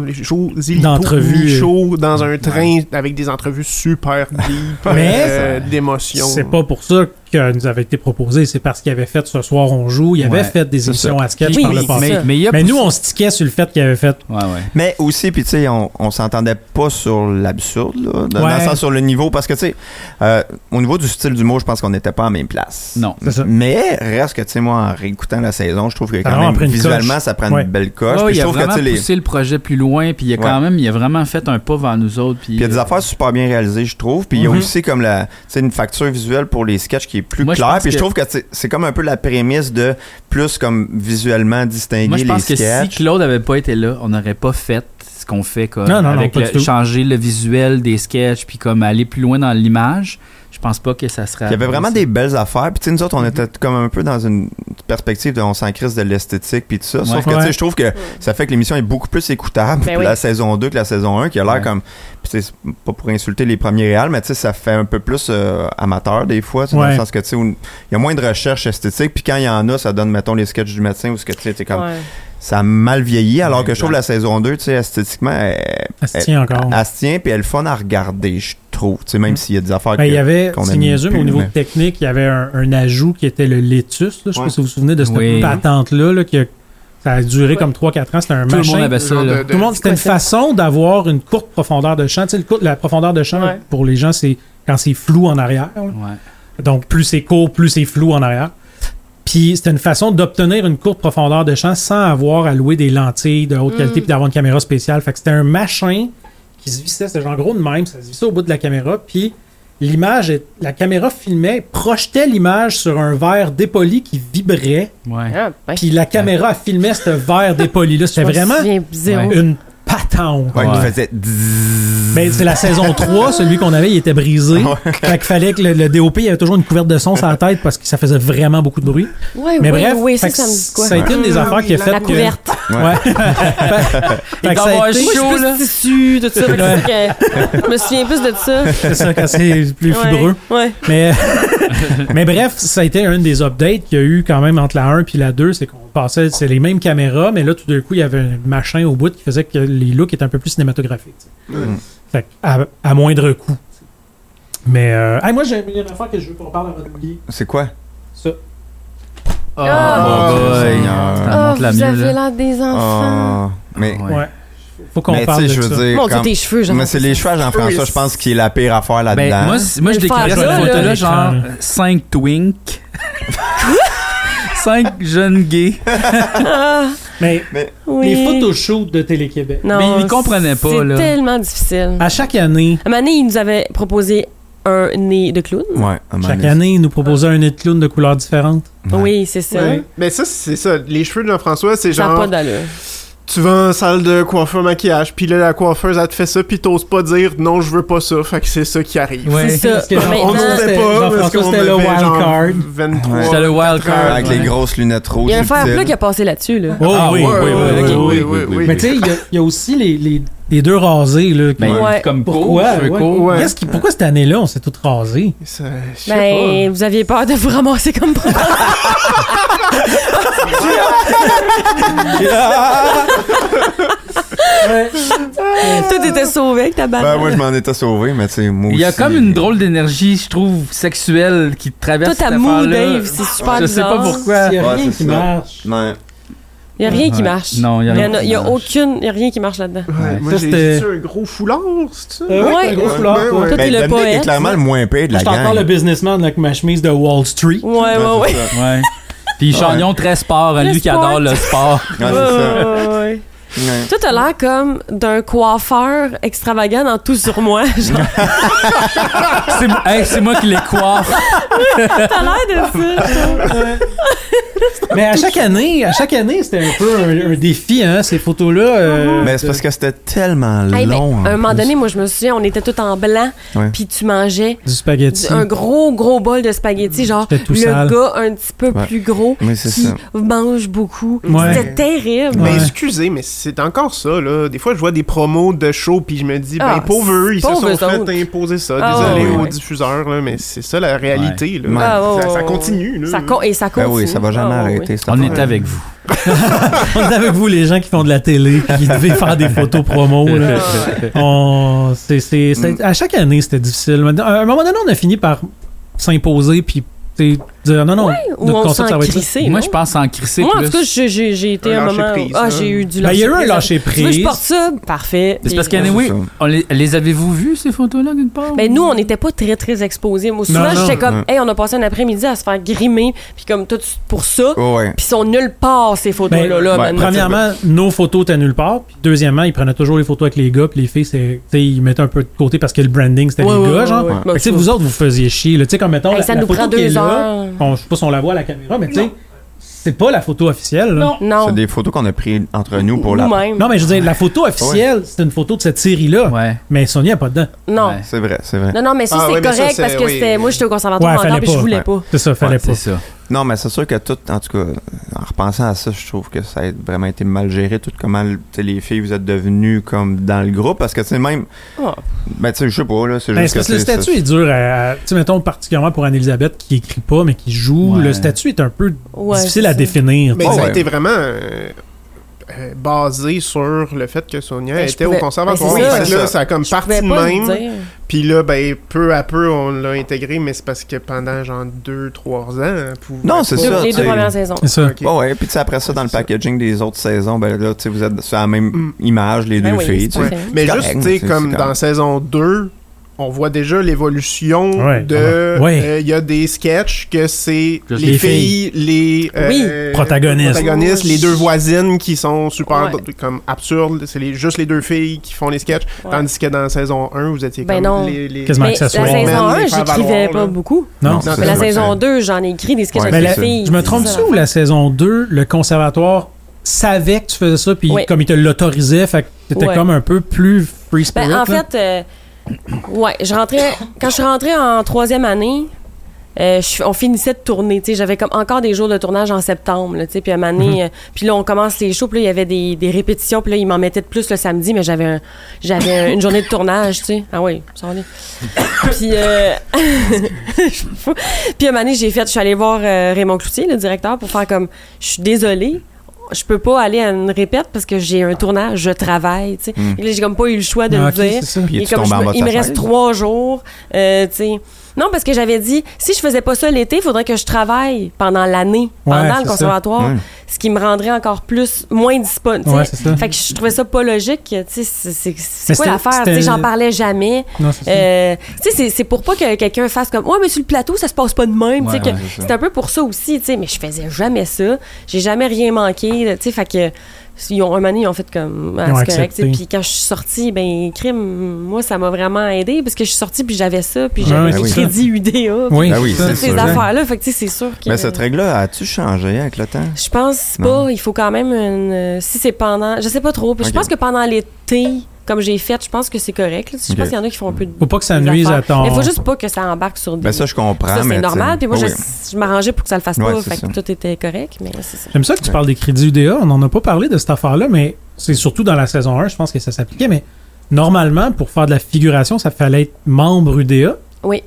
José D'entrevue. euh, Michaud dans un train avec des entrevues super deep [LAUGHS] Mais- euh, d'émotion. C'est pas pour ça que nous avait été proposé, c'est parce qu'il avait fait ce soir on joue, il avait Ouais, fait des émissions à sketch Oui, par le oui, passé. c'est mais, ça. mais il y a Mais poussé- nous on se tiquait sur le fait qu'il avait fait Ouais, ouais. Mais aussi, puis tu sais, on, on s'entendait pas sur l'absurde, là, dans- dans Ouais. le sens sur le niveau, parce que tu sais, euh, au niveau du style d'humour, je pense qu'on n'était pas à même place. Non. C'est ça. Mais reste que, tu sais, moi, en réécoutant la saison, je trouve que Ça quand vraiment même, pris une visuellement, coche. ça prend Ouais. une belle coche. Ouais, Puis il je a trouve que, tu vraiment sais, les- poussé le projet plus loin, puis il a quand Ouais. même, il a vraiment fait un pas vers nous autres. Puis, puis il y a des euh, affaires super bien réalisées, je trouve. Puis il y a Mhm. aussi comme la, tu sais, une facture visuelle pour les sketchs qui est plus Moi, je claire. pense Puis je que- trouve que c'est- c'est comme un peu la prémisse de plus comme visuellement distinguer Moi, je pense que les sketchs. si Claude avait pas été là, on n'aurait pas fait ce qu'on fait comme Non, non, non, avec pas le- du tout. changer le visuel des sketchs puis comme aller plus loin dans l'image. Je pense pas que ça serait. Il y avait vraiment ça. des belles affaires. Puis, tu sais, nous autres, on était comme un peu dans une perspective de on s'en crisse de l'esthétique, puis tout ça. Sauf que, Ouais. tu sais, je trouve que ça fait que l'émission est beaucoup plus écoutable, Ben que oui. la saison 2 que la saison 1, qui a l'air Ouais. comme. Puis, tu sais, c'est pas pour insulter les premiers réals, mais tu sais, ça fait un peu plus euh, amateur des fois, tu sais, dans Ouais. le sens que, tu sais, où il y a moins de recherche esthétique, puis quand il y en a, ça donne, mettons, les sketchs du matin où ce que, tu sais, t'es comme. Ouais. Ça a mal vieilli, alors que je trouve exact. la saison 2, tu sais, esthétiquement, elle, elle se tient encore. elle se tient, puis elle est fun à regarder, je trouve, tu sais, même Mm. s'il y a des affaires Ben, il y avait, qu'on c'est aime niaiseux, mais au plus, niveau mais- technique, il y avait un, un ajout qui était le Letus. là. Je sais pas Ouais. si vous vous souvenez de cette Oui. patente-là, là, qui a- ça a duré comme 3-4 ans. C'était un Tout le machin. monde avait Le ça. genre là. de- de- Tout le monde, c'était une C'est quoi façon d'avoir une courte profondeur de champ. Tu sais, le court- la profondeur de champ, Ouais. pour les gens, c'est quand c'est flou en arrière. là. Ouais. Donc, plus c'est court, plus c'est flou en arrière. Puis, c'était une façon d'obtenir une courte profondeur de champ sans avoir à louer des lentilles de Mm. haute qualité puis d'avoir une caméra spéciale. Fait que c'était un machin qui se vissait, c'était genre gros de même, ça se vissait au bout de la caméra. Puis, l'image, est- la caméra filmait, projetait l'image sur un verre dépoli qui vibrait, Ouais. Ah, ben, puis la caméra filmait ce verre dépoli-là. C'était [LAUGHS] je me vraiment souviens zéro. Ouais. une patente. Ouais, il Ouais. faisait dzz. Ben, c'est la [LAUGHS] saison 3, celui qu'on avait, il était brisé. Fait qu'il fallait que le, le DOP, il avait toujours une couverte de son sur la tête parce que ça faisait vraiment beaucoup de bruit. Ouais, Mais oui, bref, oui, ça, fait que ça me dit quoi. ça a été une des Ah, affaires oui, qui a la- fait La que- couverte. Ouais. [LAUGHS] Fait- fait que doit ça a avoir été- chaud. Moi, là. je suis plus tissu, tout ça. fait que c'est ça que- Je me souviens plus de ça. C'est ça, quand c'est plus Ouais, fibreux. Ouais. Mais, [LAUGHS] mais bref, ça a été une des updates qu'il y a eu quand même entre la 1 puis la 2. C'est qu'on passait, c'est les mêmes caméras, mais là, tout d'un coup, il y avait un machin au bout qui faisait que les looks étaient un peu plus cinématographiques. tu sais. Mm. Fait que, à, à moindre coût. Mais, euh, ah, moi, j'ai il y a une affaire que je veux qu'on parle avant d'oublier. C'est quoi? Ça. Oh, Ah. Oh, boy. Seigneur. Ça Ah, monte la vous mieux, avez là. l'air des Ah, enfants. mais Ouais. Faut qu'on mais tu parle sais, de je ça. veux dire. Mon Dieu, comme- tes cheveux, genre. mais c'est les cheveux à Jean-François, Oui, je pense, qui est la pire affaire Ben, là-dedans. moi, c- moi, je Mais décrirais faire cette ça, euh, photo-là là. genre 5 twink, [LAUGHS] 5 jeunes gays. Mais Ah, Oui. les photoshoots de Télé-Québec. Non, Mais ils comprenaient pas, là. Ah. C'est tellement difficile. À chaque année, À un moment donné, ils nous avaient proposé un nez de clown. ouais, à un moment chaque donné. année, ils nous proposaient Ah. un nez de clown de couleurs différentes. Ouais. Oui, c'est ça. Ouais. Mais ça, c'est ça. Les cheveux de Jean-François, c'est Ça n'a genre. pas d'allure. Tu vas en salle de coiffeur maquillage, puis là, la coiffeuse, elle te fait ça, puis t'oses pas dire non, je veux pas ça. Fait que c'est ça qui arrive. Ouais. C'est ça. Parce que Jean- Maintenant, On n'osait c'était- pas, parce Jean-François, qu'on c'était le avait wild genre card. 23. Ouais. C'était le wild card. Avec ouais. les grosses lunettes rouges. Il y a un fer subtiles. plat qui a passé là-dessus. Là. Oh Ah, oui, ouais, oui, ouais, oui, ouais, oui, ouais. Mais tu sais, il y a- il y, a aussi les, les, les deux rasés. Là, qui- Ben, Ouais. comme pourquoi? court, cheveux ouais. courts. Ouais. Qu'est-ce qui- pourquoi cette année-là, on s'est tous rasés? Ça, je sais Ben, vous aviez peur de vous ramasser comme ça. [LAUGHS] Tout était sauvé avec ta Ben, banane. moi, je m'en étais sauvé, mais tu sais, moi Il y a aussi, euh, comme une drôle d'énergie, je trouve, sexuelle qui traverse Toi, cette ta mood, affaire-là. Dave, c'est super Je sais pas bizarre. pourquoi. Il y a Ouais, rien c'est qui ça. marche. Ouais. Il n'y a rien qui Ouais. marche. Non, il y a Il y rien. en a, qui il y a marche. aucune, il y a rien qui marche là-dedans. pas. Ouais, Ouais. moi, Ça, j'ai c'était- j'ai-tu un gros foulard, c'est ça? Euh, ouais, Ouais. t'as un gros foulard, Ouais, toi. ouais. Toi, t'es Ben, le Dominique est poète. clairement le moins payé de Moi, la je suis encore le gang. businessman avec ma chemise de Wall Street. Ouais, ouais, ouais. Ouais, Ouais. Puis Chagnon, très sport, hein, Très lui qui sport. adore le sport. c'est ça. Ouais, ouais, ouais. Ouais. Toi, t'as l'air comme d'un coiffeur extravagant dans tout sur moi. [LAUGHS] Genre, [LAUGHS] C'est hey, c'est moi qui les coiffe. t'as l'air de ça. Mais à chaque année, à chaque année, c'était un peu un, un défi, hein, ces photos-là. euh, Mais c'est parce que c'était tellement Hey, ben, long. hein. en à un moment plus. donné, moi, je me souviens, on était tout en blanc, Ouais. puis tu mangeais Du spaghetti. du- [LAUGHS] un gros, gros bol de spaghettis, genre C'était tout le sale. gars un petit peu Ouais. plus gros Mais c'est qui ça. mange beaucoup. Ouais. C'était terrible. Ouais. Mais excusez, mais c'est encore ça, là. Des fois, je vois des promos de show, puis je me dis, ben, Ah, pauvres eux, ils se pauvres sont fait autres. imposer ça. Ah, Désolé ouais, aux ouais. diffuseurs, là, mais c'est ça la réalité, là. Ouais. Ah, ouais, ça, ça ouais, continue, là. Ça con- et ça Ben continue. oui, ça va jamais Ah, ouais, arrêter. ouais. cette [LAUGHS] On affaire. est avec vous. On est avec vous, les gens qui font de la télé, qui devaient faire des photos promo. Là. On- c'est- c'est- Mm. c'est- à chaque année, c'était difficile. Maintenant, À un moment donné, on a fini par s'imposer puis tu sais, dire non, non, Ou on s'en ça. crissait. Moi, non? je pense en crisser Moi, en plus. tout cas, j'ai- j'ai j'ai été Un un lâcher moment. où- prise, Ah, hein. j'ai eu du Ben, il y a eu un prise. lâcher Tu veux que je prise. porte ça? Parfait. C'est parce Puis- qu'anyway, Ouais, c'est on les, les avez-vous vus, ces photos-là, quelque part? Ben nous, on n'était pas très, très exposés. Moi, souvent, Non, non. j'étais comme, Ouais. hey, on a passé un après-midi à se faire grimer, puis comme tout pour ça, Oh, ouais. puis ils sont nulle part, ces Ben, photos-là. là, ouais, maintenant. Premièrement, nos photos étaient nulle part. Puis deuxièmement, ils prenaient toujours les photos avec les gars. Puis les filles, c'est, tu sais, ils mettaient un peu de côté parce que le branding, c'était Ouais, les ouais, gars, ouais, genre. ouais. Ouais. Fait que, tu sais, vous autres, vous faisiez chier. là. Tu sais, comme mettons, Hey, la, ça la nous photo prend qui est deux là, heures. on- je sais pas si on la voit à la caméra, mais tu sais, c'est pas la photo officielle. là. Non. C'est des photos qu'on a prises entre nous pour la. Nous-mêmes. Non, mais je veux dire, la photo officielle, c'est une photo de cette série-là. Ouais. Mais Sony n'est pas dedans. Non. Ouais. C'est vrai, c'est vrai. Non, non, mais ça, Ah, c'est ouais, mais ça, correct c'est- parce que oui. c'était. Moi, j'étais au conservatoire Ouais, encore, fallait puis je pas. voulais Ouais. pas. C'est ça, fallait Ouais, pas. c'est ça. Non, mais c'est sûr que tout, en tout cas, en repensant à ça, je trouve que ça a vraiment été mal géré, tout comment tu sais, les filles vous êtes devenues comme dans le groupe, parce que tu sais, même, Ah. ben tu sais, je sais pas, là, c'est Ben, juste c'est parce que le c'est- statut est dur à. à- Tu sais, mettons, particulièrement pour Anne-Elisabeth qui écrit pas, mais qui joue, Ouais. le statut est un peu Ouais, difficile c'est à ça. définir. Mais Oh, ça a ouais. été vraiment euh, euh, basé sur le fait que Sonia Ben, je était pouvais- au conservatoire. ben, c'est Fait ça. que C'est là, ça. ça a comme Je pouvais parti de pas le même. dire. Puis là, ben, peu à peu, on l'a intégré, mais c'est parce que pendant genre 2-3 ans, elle pouvait Non, c'est pas- Deux- ça, les tu deux sais. premières saisons. C'est ça. Ok. Ouais, ouais, puis tu sais, après ça, dans le packaging des autres saisons, ben là, tu sais, vous êtes sur la même Mm. image, les Ben deux oui, filles, c'est tu sais. parfait. Mais C'est juste, correct, tu sais, c'est- comme c'est dans correct. saison 2, on voit déjà l'évolution Ouais. de. Ah ouais. euh, Il y a des sketchs que c'est Juste les les filles, les euh, Oui. Protagonistes. protagonistes, les deux voisines qui sont super Ouais. comme absurdes. C'est les- juste les deux filles qui font les sketchs. Ouais. Tandis que dans saison 1, vous étiez Ben comme non. les. les- Quasiment. Mais que ça la soit- saison Même 1, les faire j'écrivais valoir, pas là. beaucoup. Non. c'est Mais la ça, saison c'est- 2, j'en ai écrit des sketchs Ouais, Mais avec la- les filles. je me trompe C'est ça ou la saison 2, le conservatoire savait que tu faisais ça, puis Oui. comme il te l'autorisait, fait que t'étais Ouais. comme un peu plus free spirit. Ben, en là. fait, euh, ouais, je rentrais, quand je suis rentrée en troisième année, euh, je- on finissait de tourner. tu sais, J'avais comme encore des jours de tournage en septembre. Là, tu sais, puis à un moment Mhm. donné, euh, puis là, on commence les shows. Puis là, il y avait des, des répétitions. Puis là, ils m'en mettaient de plus le samedi. Mais j'avais un- j'avais une journée de tournage. tu sais. Ah oui, ça va aller. Puis, euh, [LAUGHS] puis à un moment donné, j'ai fait, je suis allée voir euh, Raymond Cloutier, le directeur, pour faire comme, je suis désolée, je peux pas aller à une répète parce que j'ai un tournage, je travaille. tu sais. Mm. Fait que Là, j'ai comme pas eu le choix de Ah, le ok, dire. c'est ça. Puis Il, est es-tu comme, tombé je en me- bas de il me ta reste chaise? trois jours, euh, tu sais. Non, parce que j'avais dit, si je faisais pas ça l'été, il faudrait que je travaille pendant l'année, Ouais, pendant c'est le ça. conservatoire, Ouais. ce qui me rendrait encore plus, moins disponible. Ouais, c'est ça. fait que je trouvais ça pas logique. tu sais, C'est c'est- Mais c'est quoi c'était- l'affaire? tu c'était- sais, J'en parlais jamais. Non, c'est ça. Euh, tu sais, c'est- c'est pour pas que quelqu'un fasse comme Ouais, mais sur le plateau, ça se passe pas de même. tu sais, Ouais, que ouais, c'est ça. c'est un peu pour ça aussi, tu sais, mais je faisais jamais ça. J'ai jamais rien manqué. là, Tu sais, fait que. Ils ont, un moment donné, ils ont fait comme. Ah, Ils ont c'est correct. accepté. tu sais. Puis quand je suis sortie, ben, crime, moi, ça m'a vraiment aidé parce que je suis sortie puis j'avais ça, puis Ouais, j'avais ouais, c'est le ça. crédit UDA. puis oui, Ben oui, ça, c'est Toutes ces sûr. affaires-là. Fait que, tu sais, c'est sûr que. Mais cette règle-là, as-tu changé avec le temps? Je pense pas. Non. Il faut quand même une. euh, Si c'est pendant. Je sais pas trop. Je Ok. pense que pendant l'été, comme j'ai fait, je pense que c'est correct. là. Je Ok. pense qu'il y en a qui font un peu de. Faut pas que ça des nuise à affaires. ton. Oh. Mais faut juste pas que ça embarque sur des. Ben ça, je comprends. Ça, mais c'est normal. Puis moi, je... je, je m'arrangeais pour que ça le fasse Ouais, pas. c'est Fait ça. que tout était correct, mais c'est ça. J'aime ça que tu parles des crédits UDA. On n'en a pas parlé de cette affaire-là, mais c'est surtout dans la saison 1, je pense que ça s'appliquait. Mais normalement, pour faire de la figuration, ça fallait être membre UDA. Oui.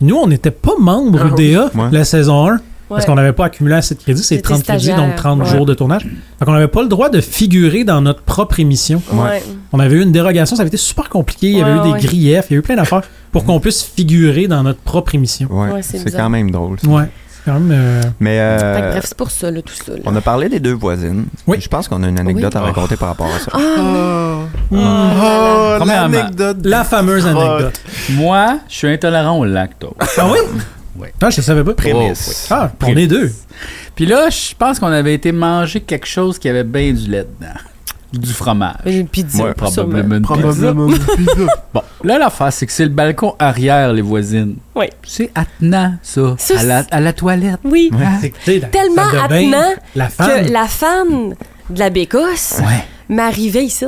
Nous, on n'était pas membre Ah oui. UDA Ouais. la saison 1. Parce Ouais. qu'on n'avait pas accumulé assez de crédits, c'est J'étais 30 crédits, stagiaire. donc 30 Ouais. jours de tournage. Donc on n'avait pas le droit de figurer dans notre propre émission. Ouais. On avait eu une dérogation, ça avait été super compliqué, il y Ouais, avait eu ouais. des griefs, il y a eu plein d'affaires pour qu'on puisse figurer dans notre propre émission. Ouais, Ouais, c'est c'est bizarre. quand même drôle. ça. Ouais, c'est quand même... euh, Mais euh, Fait que bref, c'est pour ça, là, tout ça. là. on a parlé des deux voisines. Oui. Je pense qu'on a une anecdote à raconter par rapport à ça. Ah. là. Ah, l'anecdote. La fameuse anecdote. Moi, je suis intolérant au lactose. Ah oui? Ouais. Ah, je savais pas. Prémisse. Ah, on est deux. Puis là, je pense qu'on avait été manger quelque chose qui avait bien du lait dedans. Du fromage. Une pizza, Ouais, sûrement. Probablement une pizza. Probablement. Bon, là, l'affaire, c'est que c'est le balcon arrière, les voisines. Oui. C'est attenant, ça. Ça, à, la, à la toilette. Oui. Hein? C'est que, tu sais, la Tellement salle de bain, attenant La femme. Que la fan de la Bécosse Ouais. m'arrivait ici.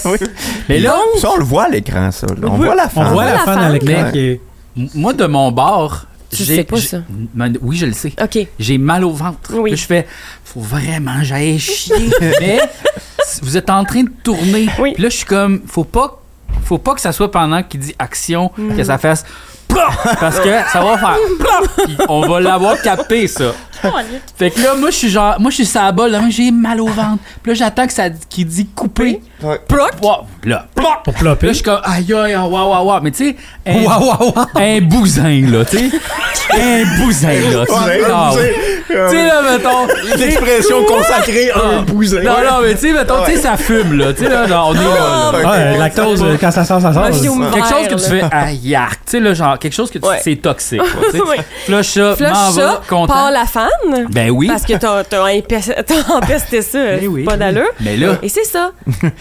[LAUGHS] Mais là, Ça, on le voit à l'écran, ça. là. On Oui. voit la On femme. voit la la femme femme. à l'écran Ouais. qui est... m- moi, de mon bord. Tu j'ai- sais pas j'ai- ça. Man- Oui, je le sais. OK. J'ai mal au ventre. Oui. Là, je fais, faut vraiment que j'aille [LAUGHS] chier. Mais vous êtes en train de tourner. Oui. Puis là, je suis comme, faut pas, faut pas que ça soit pendant qu'il dit action, Mm. que ça fasse. plop Parce que ça va faire. plop Puis on va l'avoir capté, ça. Oh, Fait que là, moi, je suis genre, moi, je suis sur la balle, là, moi, j'ai mal au ventre. Puis là, j'attends que ça, qu'il dit couper. Ouais. Proc. Wow. Là, plop. Pour plopper. Là, je suis comme, aïe, aïe, waouh, waouh, waouh. Mais tu sais, un- Waouh, waouh, waouh. un bousin, là, tu sais. un bousin, là. tu sais. Ah, ouais. Tu sais, là, mettons. L'expression consacrée Ah. bousin. Non, non, mais tu sais, mettons, tu sais, ça fume, là. Tu sais, là, genre, on Oh, ben, est là. là. Ouais. Ouais, lactose, euh, quand ça sort, ça sort. Un fiume Quelque chose que vert, tu là. fais, aïe, arc. Tu sais, là, genre, quelque chose que tu. Ouais. C'est toxique, là, tu [LAUGHS] sais. Oui. Flush ça, m'en Flush va, ça, content. par la fan. Ben oui. Parce que t'as t'as empesté t'as empesté ça, Ben oui. pas d'allure. Mais là. Et c'est ça.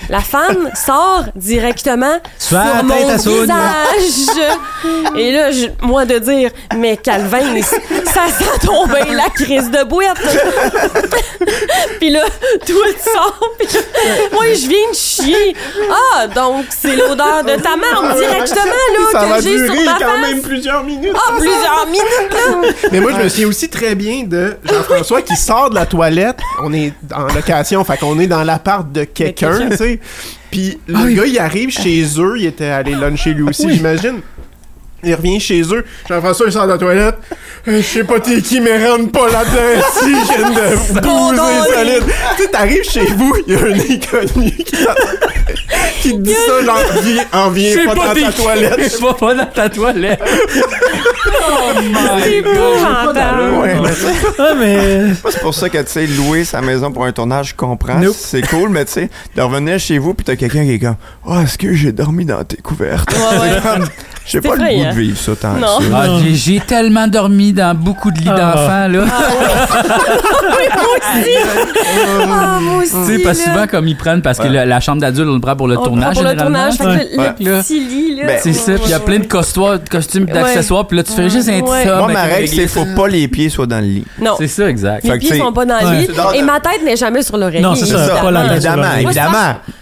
La femme sort directement sur la tête mon à Saune. visage. Et là, je- moi de dire, mais Calvin, ça sent tomber la crise de bouette. [LAUGHS] puis là, toi, tu sors. Puis là, moi, je viens de chier. Ah, donc c'est l'odeur de ta marde directement Ça là, va que j'ai durer sur ma quand face. même plusieurs minutes. Ah, plusieurs minutes, là. Mais moi, je me souviens aussi très bien de Jean-François qui sort de la toilette. On est en location, fait qu'on est dans l'appart de quelqu'un, Ah tu sais. Puis le gars, il arrive chez eux. Il était allé luncher lui aussi, j'imagine. Il revient chez eux. Jean-François, il sort de la toilette. Euh, Je sais pas t'es qui, mais rentre pas là-dedans. [LAUGHS] Si, je viens de bouser solide. Tu sais, t'arrives chez vous, il y a un inconnu qui, qui te dit ça, genre, viens, en Je viens sais pas dans ta toilette. Je sais pas dans ta toilette. [LAUGHS] oh my C'est god. épouvantable. Ouais, mais [LAUGHS] Ah, mais... c'est pour ça que, tu sais, louer sa maison pour un tournage, je comprends. Nope. C'est cool, mais tu sais, de revenir chez vous, puis t'as quelqu'un qui est comme, « Ah, est-ce que j'ai dormi dans tes couvertes? Ouais, ouais. C'est comme, J'ai pas le goût effrayant. de vivre ça tant Non. que ça. Ah, j'ai- J'ai tellement dormi dans beaucoup de lits d'enfants, là. [LAUGHS] Ah, moi aussi. Tu sais, parce que là. souvent, comme ils prennent, parce que Ouais. le- la chambre d'adulte, on le prend pour le On tournage, prend Oh, pour le généralement. tournage, fait que Ouais. le, le Là. petit lit, là. Ben, C'est ça, puis il y a plein de costois- de costumes, d'accessoires, puis là, tu fais juste un petit Ouais. somme Moi, ma avec règle, une c'est faut réglisse. pas les pieds soient dans le lit. Non, C'est ça, exact. Fait mes que, pieds tu sais- sont pas dans le Ouais. lit C'est dans- et ma tête n'est jamais sur Ah, l'oreille. Non, c'est C'est ça, pas la tête sur évidemment, l'oreille. évidemment.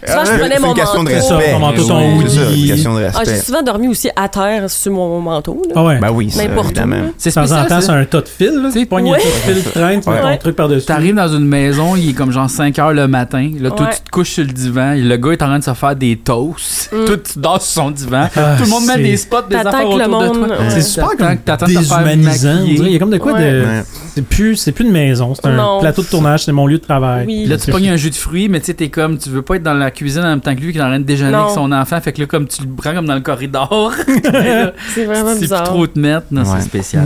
Souvent, je prenais C'est mon une question de manteau. C'est ça, respect. ton manteau, ton Ouais, c'est ça, hoodie. une question de Ah, j'ai respect. souvent dormi aussi à terre sur mon manteau. Là. Ah ouais. Ben oui, ça, Mais pour tout, évidemment. là. C'est de temps en spécial, temps, ça. c'est un tas de fils. là. Tu Ouais. pognes un tas de fils, traîne, tu mets ton Ouais. truc par-dessus. T'arrives dans une maison, il est comme genre 5 heures le matin. Là, toi, Ouais. tu te couches sur le divan. et Le gars est en train de se faire des toasts. Toi, tu dors sur son divan. Ah, Tout le monde met c'est- des spots, des Mm. T'attends affaires que le autour de monde- toi. ouais. C'est super T'attends comme que t'attends de te faire déshumanisant. on maquiller. dirait. Il y a comme de quoi de. Ouais. C'est plus, c'est plus une maison, c'est un Non. plateau de tournage, c'est mon lieu de travail. Oui. Là, tu pognes un jus de fruits, mais tu sais, t'es comme, tu veux pas être dans la cuisine en même temps que lui qui est en train de déjeuner Non. avec son enfant. Fait que là, comme tu le prends comme dans le [LAUGHS] corridor, là, C'est tu vraiment sais Ah, plus bizarre. trop où te mettre. Non, Ouais. c'est spécial.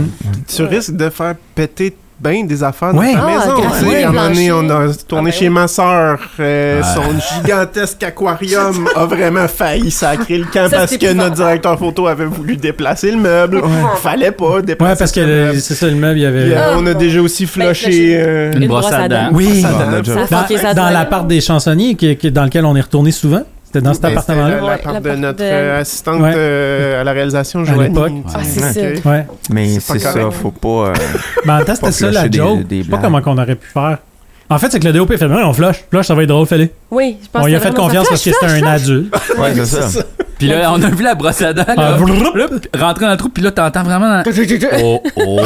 Tu risques de faire péter bien des affaires Ouais. dans ta Ah, maison. gratuit, tu sais. à un moment donné, on blanchi. a tourné Ah, ben chez oui. ma soeur. Son [LAUGHS] gigantesque aquarium a vraiment failli sacrer le camp Ça, parce c'est que plus notre fort. directeur photo avait voulu déplacer le meuble. Fallait pas déplacer Ouais, parce que le le- meuble. c'est ça, le meuble, il y Puis, avait. euh, Ah. on a déjà aussi flusher. flushé... euh, Une brosse à dents. Oui, Ça, on a déjà- Ça a dans, fucké sa dans tête. l'appart des chansonniers qui- qui- dans lequel on est retourné souvent. C'était dans cet Ben, c'était la, appartement-là. la Ouais, part la de part notre de- euh, assistante Ouais. euh, à la réalisation, Joanie. l'époque. Ah, c'est Ok. ça. Ouais. Mais C'est pas c'est ça, correct. faut pas. euh, Mais Ben, en même temps, c'était Pas ça la flusher des- joke. des Je sais pas blagues. comment qu'on aurait pu faire. En fait, c'est que le DOP fait, Non, on flush, flush, ça va être drôle, fallait. Oui, je pense On que lui a c'est fait vraiment ça. confiance parce que c'était un adulte. Ah, Ouais, c'est ça. Puis là, on a vu la brosse à dents. Ah, Là, vroup. Là, puis rentrer dans le trou, puis là, t'entends vraiment. dans- Oh, [LAUGHS] oh.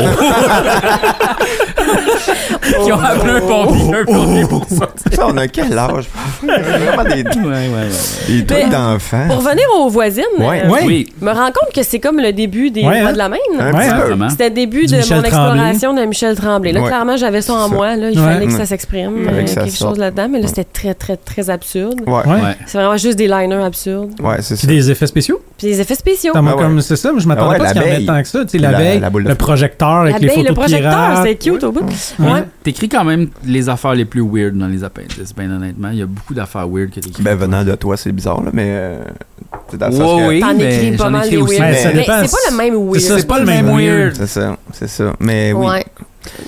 Ils ont appelé un pompier, un pompier Oh, pour ça. Ça, on a quel âge? Vraiment des, Ouais, ouais, ouais. des trucs Mais- d'enfants. Pour revenir aux voisines, Ouais. euh, Ouais. Oui, je me rends compte que c'est comme le début des Ouais, Rois hein. de la Maine. Un Ouais, petit peu. vraiment. C'était le début Du de Michel mon exploration de Michel Tremblay. Là, Ouais. clairement, j'avais ça en C'est ça. moi. Là, il Ouais. fallait que Ouais. ça s'exprime, Fallait euh, que ça quelque sorte. chose là-dedans. Mais là, c'était très, très, très absurde. Ouais, Ouais. Ouais. C'est vraiment juste des liners absurdes. ouais, c'est Puis ça. des effets spéciaux. Puis des effets spéciaux. Ça m'a Ah ouais. comme- C'est ça, mais je m'attendais Ah ouais, pas à ce qu'il y en ait l'abeille. tant que ça. Tu sais, la, La- veille, la boule de le feu. projecteur avec les L'abeille, photos le projecteur, de c'est pirates. cute au bout. Ouais. Ouais. T'écris quand même les affaires les plus weird dans les appendices, ben honnêtement. Il y a beaucoup d'affaires weird que t'écris. [LAUGHS] Ben, venant de toi, c'est bizarre, là, mais. euh, c'est dans le sens Ouais, que- oui, T'en mais écris pas j'en mal écris des aussi. weird. Mais Mais ça c'est dépend. pas le même weird. C'est ça, C'est pas le même weird. C'est ça, c'est ça. Mais oui. Ouais.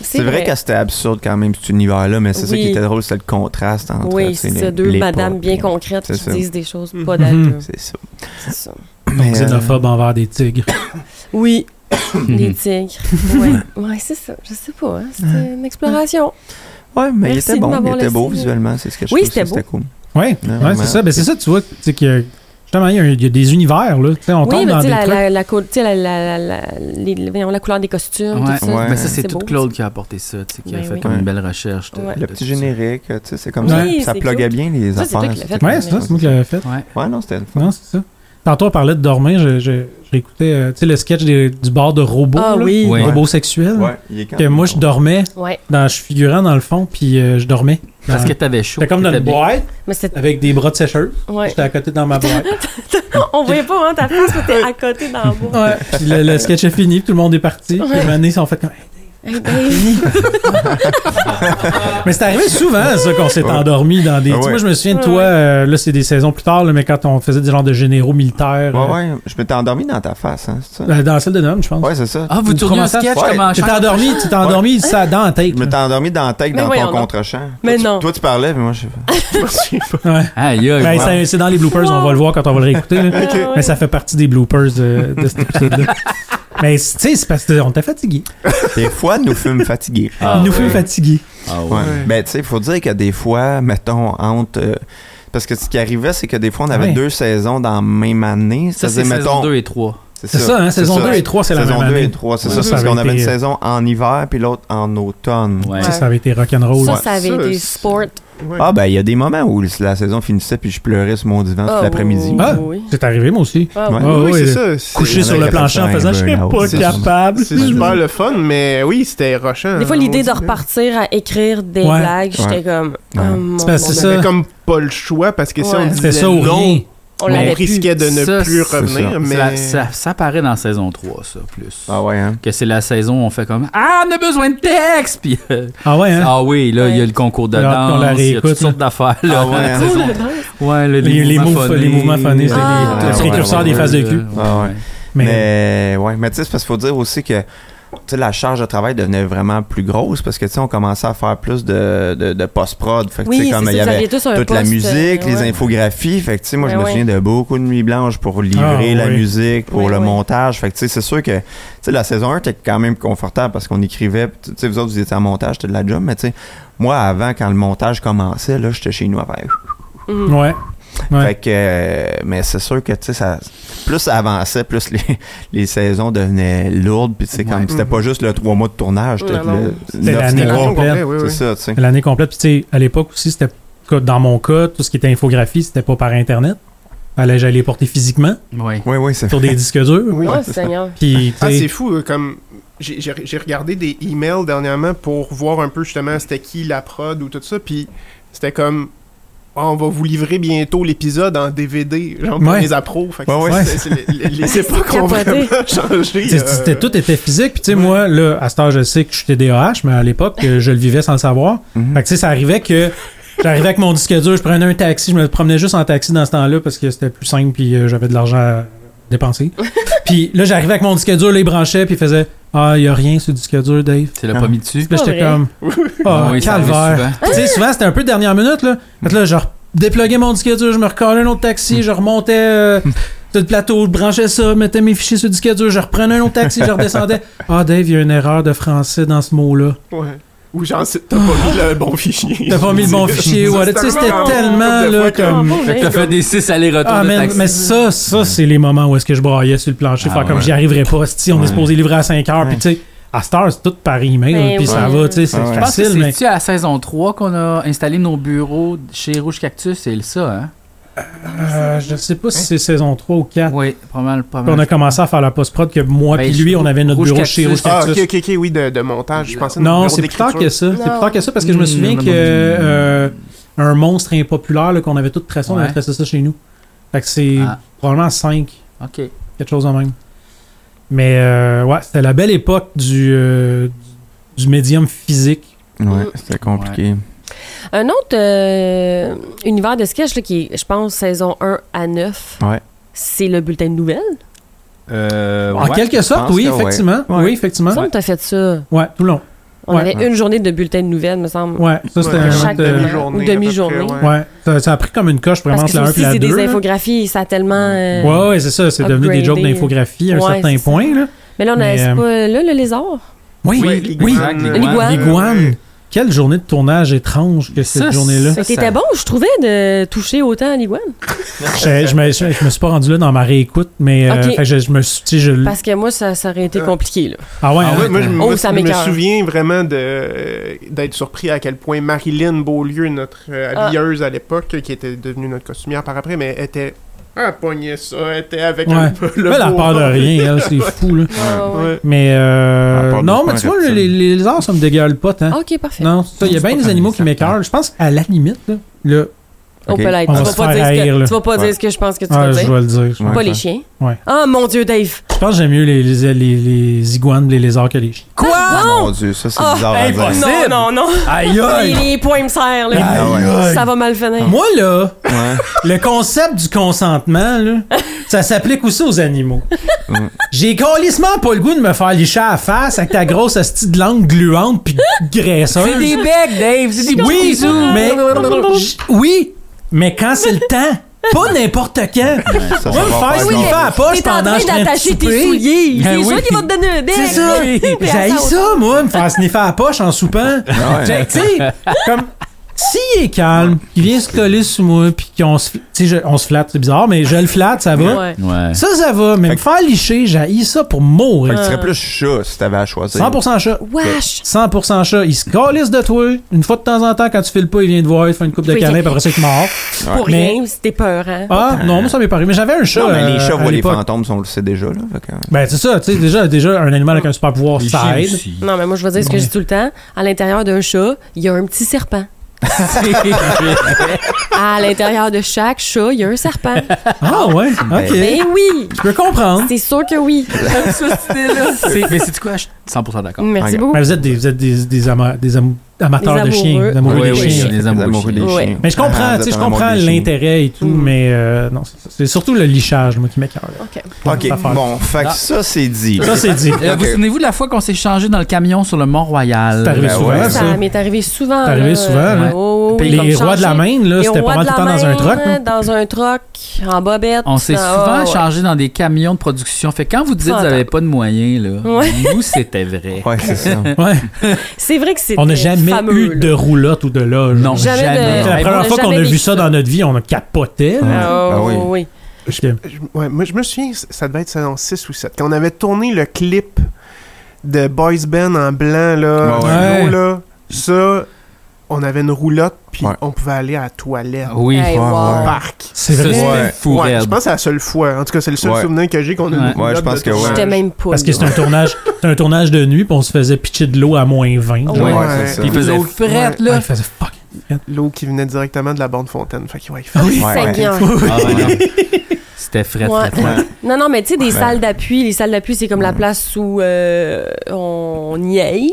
C'est vrai, que c'était absurde quand même cet univers-là, mais c'est ça qui Oui. était drôle, c'est le contraste entre Oui, tu sais, c'est les- ça, deux les madames pop, bien puis- concrètes C'est qui ça. disent des choses Mhm. pas d'allure. C'est ça. C'est ça. Mais, euh, Xénophobe envers des tigres. Oui, mm. Mhm. les tigres. Ouais, ouais c'est ça. Je sais pas. hein. C'était une exploration. Ouais, mais il Merci était de bon, il m'avoir était beau laissé, euh, visuellement, c'est ce que je Oui, trouve, c'était ça, C'était cool. Ouais, Non, ouais, c'est mais- ça. Ben, c'est ça, tu vois, tu sais, qu'il y a- justement, il y, a, un- il y a des univers, là. Tu sais, on oui, tombe mais dans tu des sais, la, trucs. la, la, cou- tu sais, la, la, la, les- les- voyons, la couleur des costumes, Ouais. tout ça. Ouais. Mais ça, c'est C'est toute beau, Claude qui a apporté ça, tu sais, qui a Ben fait oui. comme Ouais. une belle recherche. de- Ouais. de Le petit tout ça. générique, tu sais, c'est comme Oui, ça. Ça c'est pluguait bien les Ça, c'est toi affaires. qui l'as fait. hein. c'était- Ouais, c'est ça, c'est moi qui l'avais fait. Ouais. Ouais, non, c'était le fun. Non, c'est ça. Tantôt, on parlait de dormir, je, je, je l'écoutais, euh, tu sais, le sketch des- du bar de robots, Ah là, oui. Ouais. robot sexuel. Ouais, il est quand Que même moi, bon. je dormais, Ouais. dans, je figurais dans le fond, puis euh, je dormais. Parce Dans- que t'avais chaud. J'étais comme dans t'étais une bien. boîte, Mais c'était. avec des bras de sécheuse. [LAUGHS] Ouais. J'étais à côté dans ma [LAUGHS] boîte. On voyait pas hein, ta face où t'es à côté dans le bois. Ouais. Puis le, le sketch est fini, puis tout le monde est parti. Puis Ouais. les manées sont fait comme. [LAUGHS] Hey, Hey, babe. Mais c'est arrivé souvent, ça, qu'on s'est Ouais. endormi dans des. Ah Tu sais, ouais. Moi, je me souviens de Ouais, toi, ouais. euh, là, c'est des saisons plus tard, là, mais quand on faisait des genres de généraux militaires. Ouais, euh, ouais, je m'étais endormi dans ta face, hein, c'est ça? euh, dans la salle de Nomme, je pense. Ouais, c'est ça. Ah, vous Une tournez un promenade. sketch Ouais. comme en Tu t'es chant- endormi, tu t'es endormi, ça, dans la tête. Je m'étais là. endormi dans la tête, Mais dans ton voyons donc. contre-champ. Mais Toi, tu- non. Toi, tu parlais, mais moi, je Ouais. Aïe, aïe, Ben, ouais. ça- c'est dans les bloopers, on va le voir quand on va le réécouter. là. Ah ouais. Mais ça fait partie des bloopers de, de cet épisode-là. Mais tu sais, c'est parce qu'on était fatigués. Des fois, nous fûmes [LAUGHS] fatigués. Ah, Ils nous ouais. font fatigués. Ah, ouais. Ouais. Ben, tu sais, il faut dire que des fois, mettons, entre. euh, parce que ce qui arrivait, c'est que des fois, on avait Ouais. deux saisons dans la même année. Ça, C'est-à-dire, c'est saison mettons, 2 et 3. C'est ça, hein, saison 2 et 3, c'est la même Saison 2 année. et 3, c'est Ouais. ça. Ça, Parce ça qu'on avait avait une été, euh, saison en hiver, puis l'autre en automne. Ouais. Ça, ça avait été rock'n'roll. Ça, Ouais. ça avait Ça, des c'est- sports. Ah, ben, il y a des moments où la saison finissait, puis je pleurais sur mon divan Ah, toute hein, l'après-midi. oui. Ah, oui. c'est arrivé, moi aussi. Ah, Ouais. oui. Ah, oui, ouais. c'est ça. c'est- Couché Il y en a sur qui le appellent plancher ça en un faisant « je suis burn-out, pas c'est capable ». C'est super le fun, mais oui, c'était rushant. Des fois, hein, l'idée maudit, de là. repartir à écrire des Ouais. blagues, j'étais Ouais. comme. Oh, Ouais. mon C'est parce que Dieu. c'est On avait Ça. comme pas le choix parce que si Ouais. on C'était disait ça ou rien. non, On on, l'avait plus. risquait de ne Ça, c'est plus ça. revenir. Mais Ça, ça, ça apparaît dans saison 3, ça, plus. Ah, ouais, hein. Que c'est la saison où on fait comme Ah, on a besoin de texte! Puis, euh, Ah ouais, hein? [LAUGHS] Ah oui, là, il y a le concours de Là, on la danse, il y a réécoute, toutes sortes d'affaires. Là, Ah ouais, hein. [LAUGHS] Saison- [LAUGHS] ouais, là, les, Les- les mouvements moves- phonés. les mouvements phonés, c'est Ah. les- Ouais, les ouais, précurseurs ouais, des ouais, phases de ouais, cul. ouais, Ah ouais. ouais. Mais, Mais ouais, mais tu sais, c'est parce qu'il faut dire aussi que tu sais, la charge de travail devenait vraiment plus grosse parce que tu sais, on commençait à faire plus de, de, de post-prod. Fait que tu Oui, sais, c'est comme ça, il y vous avait aviez tous un toute la poste, musique, euh, les ouais. infographies. Fait que tu sais, moi, je Ben me ouais. souviens de beaucoup de nuits blanches pour livrer Ah, la oui. musique, pour Oui, le oui. montage. Fait que tu sais, c'est sûr que tu sais, la saison 1 était quand même confortable parce qu'on écrivait. pis Tu sais, vous autres, vous étiez en montage, c'était de la job, mais tu sais, moi, avant, quand le montage commençait, là, j'étais chez nous à faire. Mm. ouais. Ouais. Fait que, euh, mais c'est sûr que, tu sais, ça, plus ça avançait, plus les, [LAUGHS] les saisons devenaient lourdes. Puis, tu sais, comme, c'était pas juste le trois mois de tournage. C'était Non, non. le- C'était neuf l'année mois. complète. Ouais, ouais, ouais. C'est ça, tu sais. L'année complète. Puis, tu sais, à l'époque aussi, c'était que dans mon cas, tout ce qui était infographie, c'était pas par Internet. Fallait que j'aille les porter physiquement Oui. Oui, oui, c'est sur [LAUGHS] des disques durs. Oui. Oh, Seigneur. Puis, tu Ah, c'est sais, fou, euh, comme. J'ai j'ai- j'ai regardé des emails dernièrement pour voir un peu justement c'était qui la prod ou tout ça, puis c'était comme. Ah, on va vous livrer bientôt l'épisode en DVD, genre pour Ouais. les appros. Fait que Ouais, c'est- ouais. c'est- c'est- les, les époques ont capoté. vraiment [LAUGHS] changé. c'est- c'était- euh, tout était physique. Puis, tu sais, moi, là, à cet âge, je sais que je suis TDAH, mais à l'époque, euh, je le vivais sans le savoir. Mhm. Fait que, tu sais, ça arrivait que. J'arrivais avec mon disque dur, je prenais un taxi, je me promenais juste en taxi dans ce temps-là parce que c'était plus simple puis euh, j'avais de l'argent à dépenser. puis là, j'arrivais avec mon disque dur, là, il branchait puis il faisait Ah, il y a rien sur le disque dur, Dave. Tu l'as Ah. pas mis dessus. Puis là, pas j'étais vrai. comme Ah, Oui, ça arrive calvaire. [LAUGHS] souvent. Tu sais, souvent, c'était un peu dernière minute, là. Fait que là, je dépluguais mon disque dur, je me recollais un autre taxi, je remontais euh, sur le plateau, je branchais ça, mettais mes fichiers sur le disque dur, je reprenais un autre taxi, je [LAUGHS] redescendais. Ah, Dave, il y a une erreur de français dans ce mot-là. ouais. Ou genre, c'est- t'as pas mis le bon fichier. T'as pas mis le [LAUGHS] bon fichier, ouais. Tu sais, c'était tellement, là, comme. Ah, Fait que t'as fait des six allers-retours Ah, de man, taxi. mais ça, ça, c'est les moments où est-ce que je braillais sur le plancher, Ah, faire comme ouais. j'y arriverai pas, si on est supposé livrer à 5 heures, puis tu sais, à cette heure, c'est tout par email, Ben puis ça oui. va, tu sais, c'est Ah, ouais. Je pense que facile, mais. c'est-tu à la saison 3 qu'on a installé nos bureaux chez Rouge Cactus? C'est ça, hein? Euh, je sais pas si c'est saison 3 ou 4. Oui, pas mal, pas Puis on mal. a commencé à faire la post-prod que moi Ben, puis lui, on avait notre Rouge bureau Cactus. chez Rouge Ah, ok, Cactus. ok, ok, oui, de, de montage. Je pensais Non, numéro c'est plus tard que d'écriture. ça. C'est plus tard que ça parce que je me Hmm, souviens on que a pas dit. euh, un monstre impopulaire là, qu'on avait tout pressé, on Ouais. avait pressé ça chez nous. Fait que c'est Ah. probablement 5, OK. quelque chose en même. Mais euh, ouais, c'était la belle époque du, euh, du médium physique. Ouais, c'était compliqué. Un autre euh, univers de sketch là, qui est, je pense, saison 1 à 9, Ouais. c'est le bulletin de nouvelles. Euh, en ouais. quelque je sorte, pense oui, que ouais. effectivement. Ouais. Oui, effectivement. Il me semble que t'as fait ça. Ouais, tout le long. On Ouais. avait une journée de bulletin de nouvelles, me semble. Ouais, ça c'était Ouais, un chaque autre, euh, demi-jour. demi-journée, ou demi-journée. à peu près, ouais. Ouais, ça, ça a pris comme une coche vraiment Parce que entre la 1 ça et aussi, la 2. c'est des infographies, ça a tellement... euh, Ouais, ouais, c'est ça, c'est devenu des upgradé. jokes d'infographie à un euh. Ouais, certain c'est ça. point. Là. Mais là, on a, Mais, c'est euh, pas là le lézard. Oui, oui, Ouais, oui. l'iguane, oui. euh, L'iguane. ouais. L'iguane. Quelle journée de tournage étrange que cette Ça, journée-là. Fait que Ça, t'étais ça- bon, je trouvais, de toucher autant à l'iguane. Je, je me, je- je me suis pas rendu là dans ma réécoute, mais euh, Ok. fait que je, je me suis. tu sais, Hmm. je- Parce que moi, ça, ça aurait été Euh, compliqué. Là. Ah ouais, Ah ouais, hein? moi, je, Oh, moi, ça je me m'écoeure. souviens vraiment de, euh, d'être surpris à quel point Marilyn Beaulieu, notre euh, Ah. habilleuse à l'époque, qui était devenue notre costumière par après, mais était. Ah, pognait ça, elle était avec Ouais. un peu le. Elle a beau- peur de rien, elle, c'est fou, là. Ah, Ouais. Mais Elle a euh, peur de non, pas mais tu un vois, reptile. les, les lézards, ça me dégueule pas tant. Ah, OK, parfait. Non, c'est ça, il y a C'est bien pas des comme animaux les qui m'écœurent. Je pense à la limite, là, là, Oh, Ok. polite. On Tu va vas se pas faire dire ce haïr, que- là. tu vas pas Ouais. dire ce que je pense que tu ah, vas je dire. vais le dire. Je Ouais. Pas faire. les chiens. Ouais. Ah, mon Dieu, Dave. pense que j'aime mieux les, les, les, les iguanes, les lézards que les chiens. Quoi? Mon Dieu, ça, c'est Ah, bizarre à dire. impossible. Non, non, non. Aïe, Les, les poings me serrent, là. Ah ouais. Ça va mal finir. Moi, là, Hein. Ouais. [LAUGHS] Le concept du consentement, là, ça s'applique aussi aux animaux. J'ai calissement pas le goût de me faire licher à la face avec ta grosse hostie de langue gluante puis graisseuse. C'est des becs, Dave! C'est des Ah, oui, bisous! mais, j- oui, mais quand c'est le temps, pas n'importe quand. Ça, ça Moi, me va faire faire sniffer à grand- la poche T'es en pendant que train je suis en train de d'attacher tes souper. souliers. Ben C'est oui, ça qui va te donner un bec. C'est ça. Mais à J'ai ça, ça, moi, me faire sniffer à la poche en soupant. Ah ouais. Fait que, Tu sais, comme. S'il est calme, il vient se coller sous moi, puis qu'on se. Tu sais, je- on se flatte, c'est bizarre, mais je le flatte, ça va. Ouais. Ouais. Ça, ça va, mais me faire licher, j'ai ça pour mourir. Fait que tu serais plus chat si t'avais à choisir. 100% chat. Wesh. 100% chat. Il se calisse de toi. Une fois de temps en temps, quand tu files pas, il vient te voir, il te fait une coupe de Oui. canin, puis après ça, il te mord. Pour Mais- rien, c'était peur, hein. Ah, non, moi, ça m'est paru. Mais j'avais un chat. Non, mais les euh, chats à voient les l'époque. fantômes, on le sait déjà, là. Fait que- Ben, c'est ça, tu sais, déjà, déjà, un animal avec un super pouvoir, Les ça chiens aide. aussi. Non, mais moi, je veux dire ce que je dis tout le temps. À l'intérieur d'un chat, il y a un petit serpent. À l'intérieur de chaque chat, il y a un serpent. Ah, ouais, ok. Ben oui! Je peux comprendre. C'est sûr que [LAUGHS] oui. [LAUGHS] C'est- Mais c'est quoi? Je suis 100% d'accord. Merci Ok. beaucoup. Mais vous êtes des, vous êtes des, des, ama- des, am- amateurs Les de chiens, amoureux. des amoureux Oui, des oui, chiens. les amoureux amoureux des Ouais. chiens. Mais je comprends, Ah, tu sais, je vous êtes comprends amoureux des chiens. l'intérêt et tout, mais euh, non, c'est ça. c'est surtout le lichage, moi, qui m'écœure. Mm. OK. Ok, Cette affaire. bon, fait Ah. que ça c'est dit. Ça, c'est dit. Euh, Vous Ok. souvenez-vous de la fois qu'on s'est changé dans le camion sur le Mont-Royal? C'est arrivé Ben souvent, ouais. ça. Ça m'est arrivé souvent. C'est arrivé là, souvent, euh, ouais. oh, oui, les comme rois de la changer. Maine, là, Les c'était rois pas mal de tout le temps la dans un Maine, truck. là. Dans un truck, en bobette. On s'est Ah, souvent ouais, ouais. changé dans des camions de production. Fait que quand vous dites que vous Fantôme. n'avez pas de moyens, là, Ouais. nous, c'était vrai. Ouais, [LAUGHS] c'est ça. Ouais. C'est vrai que c'est On n'a jamais eu de roulotte ou de loge. Non, C'est Jamais jamais. de- la Ouais, on première a fois qu'on a jamais vu vécu ça ça. dans notre vie, on a capoté. là. Ah, Ah oui. oui. oui. Je- ouais, moi, je me souviens, c- ça devait être saison 6 ou 7. Quand on avait tourné le clip de Boys Ben en blanc, là, Ouais, ouais. du lot, là, ça, on avait une roulotte, puis Ouais. Oh. on pouvait aller à la toilette. Oui. Hey, Ah ouais, wow. ouais. Parc. C'est Ça, vrai. c'était Ouais. fou Ouais, raide. je pense que c'est la seule fois. En tout cas, c'est le seul Ouais. souvenir que j'ai qu'on Ouais. a une Ouais, roulotte je pense de que ouais. toilette. J'étais même pas. Parce que là. c'est un tournage, c'est un tournage de nuit, puis on se faisait pitcher de l'eau à moins 20. genre. Ouais. Ouais, Ouais. c'est ça. Puis il faisait L'autre- frette, Ouais, là. il faisait fuck. L'eau qui venait directement de la borne fontaine. Fait que, ouais, [LAUGHS] il fait- Oui. Ouais, ouais. Seigneur. Ah, [LAUGHS] ouais. C'était frette, Ouais. frette, frette. Non, non, mais tu sais, des Ouais. salles d'appui, les salles d'appui, c'est comme la place où euh, on niaise,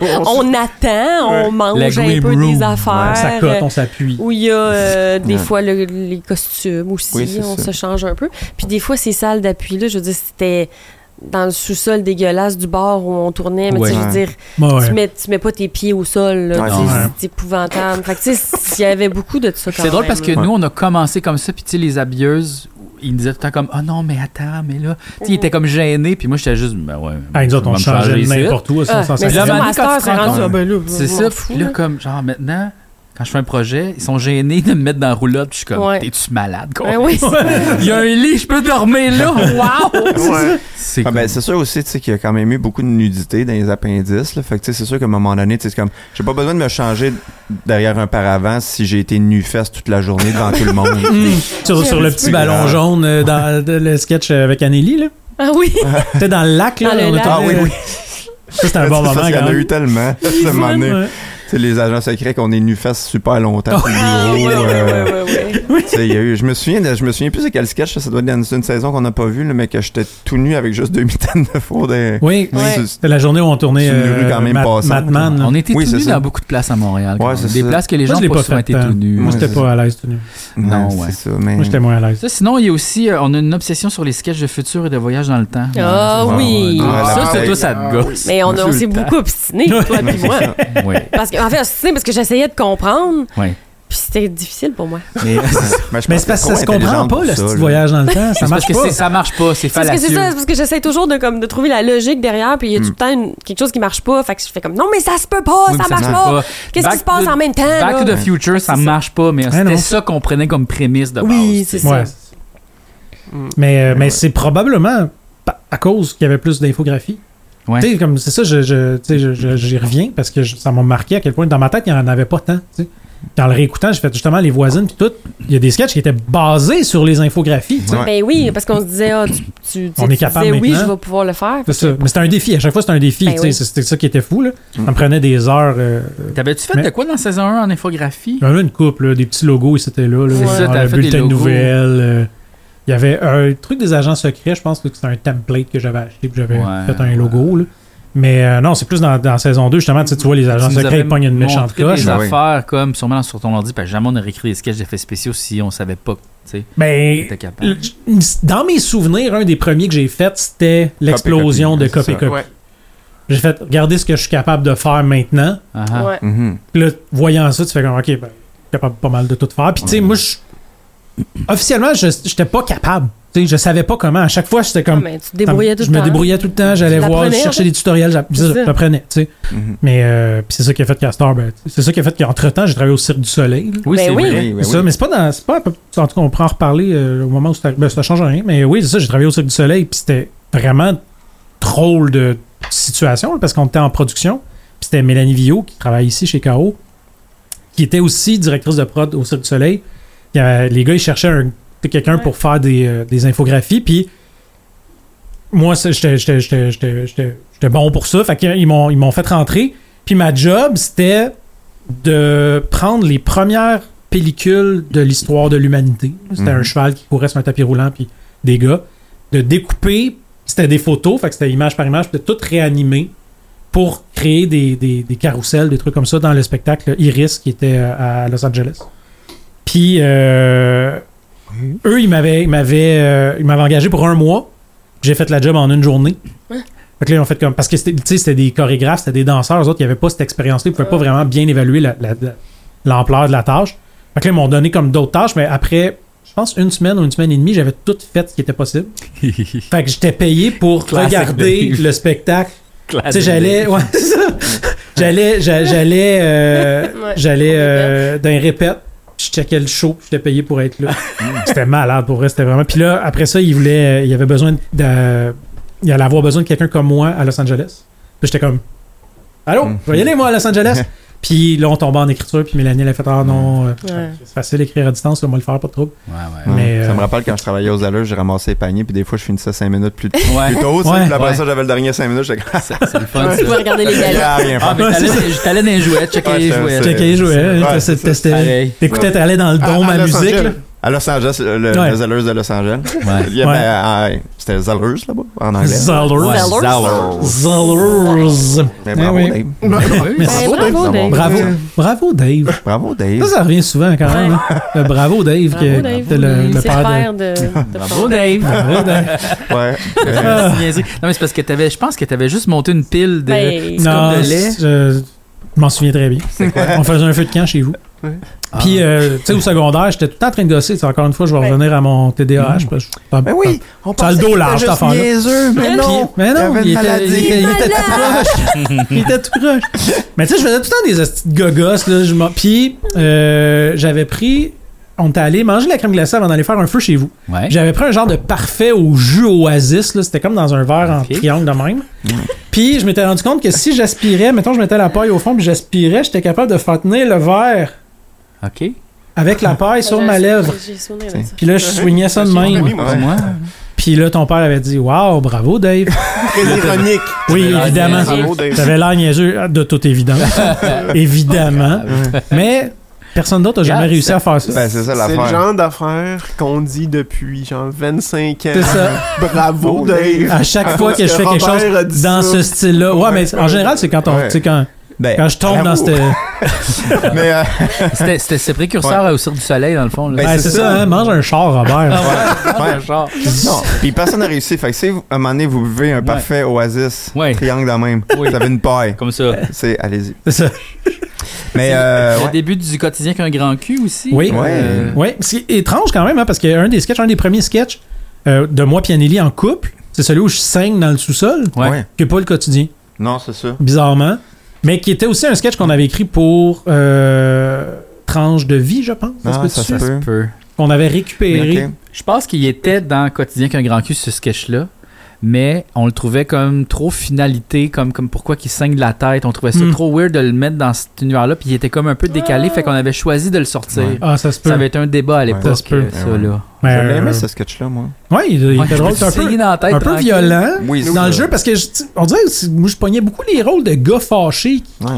on attend, on La mange un green peu room. des affaires. Ça euh, cote, on s'appuie. où il y a euh, des Ouais. fois le- les costumes aussi, Oui, c'est on ça. se change un peu. Puis des fois, ces salles d'appui-là, je veux dire, c'était dans le sous-sol dégueulasse du bar où on tournait. Mais tu sais, Ouais. je veux dire, Ouais, Bah ouais. tu, mets, tu mets pas tes pieds au sol. là, Ouais, tu sais, non. c'est épouvantable. Fait que tu sais, il y avait beaucoup de ça quand C'est drôle même, parce que là. nous, on a commencé comme ça, puis tu sais, les habilleuses, ils nous disaient tout le temps comme, ah non, mais attends, mais là. Tu sais, ils étaient comme gênés, puis moi, j'étais juste, ben ouais. Ah, nous autres, je on vais me changer changeait ici. n'importe où. ça, Ah, on s'en mais servait. c'est Là, ça, maintenant, quand ma sœur tu s'est te rends rendue, compte- ah, ben là, C'est je ça. m'en Puis fous, là, là. comme, genre, maintenant, quand je fais un projet, ils sont gênés de me mettre dans la roulotte. Puis je suis comme, Ouais. t'es-tu malade, quoi? Ben oui, Il y a un lit, je peux dormir [LAUGHS] là. Wow! Ouais. C'est Ah ben, cool. c'est sûr aussi tu sais, qu'il y a quand même eu beaucoup de nudité dans les appendices. Là. Fait que tu sais, c'est sûr qu'à un moment donné, tu sais, c'est comme j'ai pas besoin de me changer derrière un paravent si j'ai été nu fesse toute la journée devant tout [LAUGHS] le monde. Hum, sur, sur le petit ballon grave. jaune euh, dans de- le sketch euh, avec Anneli, [LAUGHS] là. Ah oui, C'était dans le lac, là. Dans le on lac. était- Ah oui, oui. Ça, c'était un bon moment, Parce qu'il y en quand a même. [LAUGHS] eu tellement. à un moment donné. Ouais. Oh. Tu sais, les agents secrets qu'on est nu fesse super longtemps. au Ah, Ah bureau, euh, tu sais, il y a eu, je me souviens, de- je me souviens plus de quel sketch ça doit être dans une saison qu'on n'a pas vu, là, mais que j'étais tout nu avec juste deux mitaines de faux. Des... Oui, Ouais. c'est- c'était la journée où on tournait C'est une rue euh, quand même Mat- passante. Matman. là. On était Oui, tous c'est nus ça. dans beaucoup de places à Montréal. quand Ouais, même. c'est Des ça. places que les Moi, gens je l'ai pas pas souvent fait, été euh, tout nus. Moi, Ouais, j'étais c'est pas à l'aise. tout nu. Non, Ouais, ouais. C'est ça, mais. Moi, j'étais moins à l'aise. Ça, sinon, il y a aussi, euh, on a une obsession sur les sketchs de futur et de voyage dans le temps. Ah Ouais, oui. ouais, Ah, ça, c'est oui. tout ça de gosse. Mais on, a- on Tout s'est le temps. beaucoup obstinés, toi Ouais, et c'est moi. ça. Oui, Parce que, en fait, obstinés parce que j'essayais de comprendre, oui. puis c'était difficile pour moi. Mais c'est Mais, je Mais pense c'est parce que t'es ça se trop comprend intelligente pas, pour le ça, petit là. voyage dans le temps. Ça parce marche que pas. c'est- ça marche pas, c'est C'est parce que c'est fallacieux. ça, c'est parce que j'essaie toujours de, comme, de trouver la logique derrière, puis il y a tout le temps une- quelque chose qui marche pas. Fait que je fais comme non, mais ça se peut pas, Oui, ça mais marche pas. Qu'est-ce qui Back se passe to- en même temps? Back là? to the Future, ça marche pas, mais non. c'était ça qu'on prenait comme prémisse de base. Oui, c'est ça. Ouais. Mm. Mais, euh, mais c'est probablement pa- à cause qu'il y avait plus d'infographie. Ouais. Tu sais, comme c'est ça, je, je, tu sais, je- je- j'y reviens parce que je- ça m'a marqué à quel point dans ma tête, il n'y en avait pas tant. tu sais. Dans le réécoutant, j'ai fait justement les voisines puis tout. Il y a des sketchs qui étaient basés sur les infographies. tu sais. Ouais. Ben oui, parce qu'on se disait, ah, tu, tu- tu, sais, On est tu capable disais, oui, maintenant. je vais pouvoir le faire. C'est ça. Mais c'était un défi. À chaque fois, c'était un défi. Ben tu sais. oui. C'était ça qui était fou. Là. Ça me prenait des heures. euh, euh, T'avais-tu fait Mais- de quoi dans saison 1 en infographie? Il y en a une couple, là, des petits logos, c'était là. là C'est genre ça, t'avais le fait des bulletin de logos. nouvelles. euh, il y avait un truc des agents secrets, je pense que c'était un template que j'avais acheté, puis j'avais Ouais, fait un logo. là. Mais euh, non, c'est plus dans, dans saison 2, justement, tu sais, tu vois, les agents Tu nous secrets, avais ils pognent une méchante montré coche. des Ah oui. affaires comme sûrement sur ton ordi, parce que jamais on aurait écrit des sketchs d'effets spéciaux si on savait pas que tu Ben, étais capable. le- dans mes souvenirs, un des premiers que j'ai fait, c'était l'explosion de Copy, copy, Copy c'est Copy. Ouais. J'ai fait, regardez ce que je suis capable de faire maintenant. Ah ah. Ouais. Mhm. Puis là, voyant ça, tu fais comme, OK, ben, capable pas mal de tout faire. Puis, tu sais, moi, je. Officiellement, je n'étais pas capable. Tu sais, je savais pas comment. À chaque fois, j'étais Ah, comme. mais tu te débrouillais tout je le me temps. hein. débrouillais tout le temps, j'allais Tu voir, je l'apprenais, cherchais en fait. des tutoriels, j'app- C'est je ça. l'apprenais, tu sais. Mhm. Mais euh, puis c'est ça qui a fait Castor, ben, c'est ça qui a fait qu'entre-temps, j'ai travaillé au Cirque du Soleil. là. Oui, Ben c'est oui. vrai. Oui, ben C'est ça, oui. mais c'est pas dans. c'est pas à peu- en tout cas, on pourra en reparler euh, au moment où ça, ben, ça change rien. Mais oui, c'est ça, j'ai travaillé au Cirque du Soleil, puis c'était vraiment drôle de situation, là, parce qu'on était en production, puis c'était Mélanie Villot, qui travaille ici chez K.O., qui était aussi directrice de prod au Cirque du Soleil. Il y avait- les gars, ils cherchaient un- quelqu'un Ouais. pour faire des, euh, des infographies, puis moi, ça, j'étais- j'étais j'étais- j'étais- j'étais- j'étais bon pour ça, fait qu'ils m'ont ils m'ont fait rentrer, puis ma job, c'était de prendre les premières pellicules de l'histoire de l'humanité. C'était Mhm. un cheval qui courait sur un tapis roulant, puis des gars. De découper, c'était des photos, fait que c'était image par image, puis de tout réanimer, pour créer des, des, des carousels, des trucs comme ça dans le spectacle Iris qui était euh, à Los Angeles. Puis euh, eux, ils m'avaient, ils, m'avaient, euh, ils m'avaient engagé pour un mois. J'ai fait la job en une journée. Fait que là, ils ont fait comme. Parce que c'était, tu sais, c'était des chorégraphes, c'était des danseurs, eux autres, ils n'avaient pas cette expérience-là, ils ne pouvaient pas vraiment bien évaluer la- la- la- l'ampleur de la tâche. Fait que là, ils m'ont donné comme d'autres tâches, mais après, je pense, une semaine ou une semaine et demie, j'avais tout fait ce qui était possible. Fait que j'étais payé pour Classic regarder Dave. le spectacle tu sais, j'allais, ouais, c'est [LAUGHS] ça. j'allais, j'a- j'allais, euh, Ouais, j'allais on euh, dans les répètes, je checkais le show, puis j'étais payé pour être [LAUGHS] là. Hmm. c'était malade pour vrai, c'était vraiment. Puis là, après ça, il voulait, euh, il avait besoin de, de- il allait avoir besoin de quelqu'un comme moi à Los Angeles. Puis j'étais comme, allô, Hmm. je vais y aller moi à Los [LAUGHS] Angeles. puis là, on tombait en écriture, puis Mélanie elle a fait ah non, Hmm. euh, Ouais. c'est facile d'écrire à distance, là, moi le faire pas de trouble. Ouais, ouais. Ouais. Mais, Ça euh, me rappelle quand je travaillais aux allures, j'ai ramassé les paniers, puis des fois, je finissais 5 minutes plus, plus Ouais. tôt. tu sais, Ouais. puis après Ouais. ça, j'avais le dernier 5 minutes, j'étais comme, C'est le fun, Tu ça. pouvais regarder les il y galas. a rien Ah, faire. mais Ouais, t'allais t'allais dans les jouets, checker Ouais, les c'est- jouets. c'est- là. checker les jouets, ouais, hein, c'est t'essayais- ça. t'essayais- Pareil. t'écoutais, t'allais dans le À- dôme à à, Los musique. Angeles. là. À Los Angeles, le- Ouais. les allures de Los Angeles. Ouais. Il y avait, Ouais. euh, euh, c'était les allures là-bas, en anglais. Zellers. Ouais, Zellers. Zellers. Zellers. Mais Eh bravo, oui. [LAUGHS] Dave. Merci. Ben, Bravo. bravo, Dave. Bravo, bravo Dave. Bravo, Ça, Dave. ça revient souvent quand même. hein. Le bravo Dave, Bravo, qui est Dave. le, le C'est père de. frère de. de Bravo, Fran- Dave. Bravo, Dave. [LAUGHS] Ouais. [LAUGHS] Euh, Ah, c'est niaiserie. Non, mais c'est parce que t'avais, je pense que t'avais juste monté une pile de. Ben, Non, comme de lait. je, je m'en souviens très bien. On faisait un feu de camp chez vous. Ah. Ah. [LAUGHS] Puis, euh, tu sais, au secondaire, j'étais tout le temps en train de gosser. Tu sais, Encore une fois, je Ben- vais revenir à mon TDAH. parce que je- Ben oui, on Ça a le dos large, cette affaire-là. niaiseux, mais Puis- non. mais non, il y avait une il maladie. était, il était tout proche. il était tout proche. Mais tu sais, je faisais tout le temps des hosties de gogosses. Là, je m'en- Puis, euh, j'avais pris. On était allé manger de la crème glacée avant d'aller faire un feu chez vous. Ouais. J'avais pris un genre de parfait au jus oasis. là. C'était comme dans un verre en Ok. triangle de même. Puis, je m'étais rendu compte que si j'aspirais, mettons, je mettais la paille au fond, puis j'aspirais, j'étais capable de faire tenir le verre OK. avec la paille sur ma lèvre. J'ai sonné là, ça. Puis là, je soignais ça de J'ai un ami, même. moi, Ouais. Moi. Puis là, ton père avait dit Waouh, bravo, [LAUGHS] Dave. [LAUGHS] Très ironique. Oui, T'avais l'air évidemment. niaiseux. Bravo, Dave. T'avais l'air niaiseux, de toute évidence. [LAUGHS] évidemment. Mais personne d'autre n'a jamais Regarde, réussi à faire ça. Ben, c'est ça C'est le l'affaire. genre d'affaires qu'on dit depuis genre 25 ans. C'est ça. Bravo, Oh, Dave. À chaque fois Parce que je que fais quelque Robert a chose dit dans ça. ce style-là. Ouais, mais en général, c'est quand on, Ouais. tu sais, quand, Ben, quand je tombe dans bravo. [LAUGHS] Eh, cette. Mais, euh, C'était c'était ses précurseurs au Cirque du Soleil, dans le fond. Là. Ben, Ouais, c'est c'est ça, ça. Ah, hein, mange un char, Robert. Ben, ouais. [LAUGHS] Ouais, genre. Non, puis personne n'a réussi. Fait que si vous- à un moment donné, vous buvez un parfait oasis, Ouais. triangle dans même, Oui. vous avez une paille. Comme ça. C'est, allez-y. C'est ça. Mais, euh, Le Ben, ouais. début du quotidien qu'un grand cul aussi. Oui. Ouais. Oui, c'est étrange quand même, hein, parce qu'un des sketchs, un des premiers sketchs euh, de moi et Anneli en couple, c'est celui où je saigne dans le sous-sol, Ouais. Ouais. qui n'est pas le quotidien. Non, c'est ça. bizarrement, mais qui était aussi un sketch qu'on avait écrit pour euh, Tranche de vie, je pense. Ah, ça se peut-tu? peut. Peu. Qu'on avait récupéré. Ok. Je pense qu'il était dans Quotidien qu'un grand cul, ce sketch-là. Mais on le trouvait comme trop finalité, comme, comme pourquoi qu'il saigne de la tête. On trouvait ça Mm. trop weird de le mettre dans cet univers-là. Puis il était comme un peu décalé, fait qu'on avait choisi de le sortir. Ouais. Ah, ça se peut. Ça avait été un débat à l'époque, Ça se peut. euh, ça, là. Mais, Je l'aimais, euh, ce sketch-là, moi. Ouais, il, il Ouais, était drôle. peux-tu c'est un saigner peu, dans la tête, un peu tranquille? violent Oui, dans le jeu parce que je- on dirait que moi, je pognais beaucoup les rôles de gars fâchés. Ouais.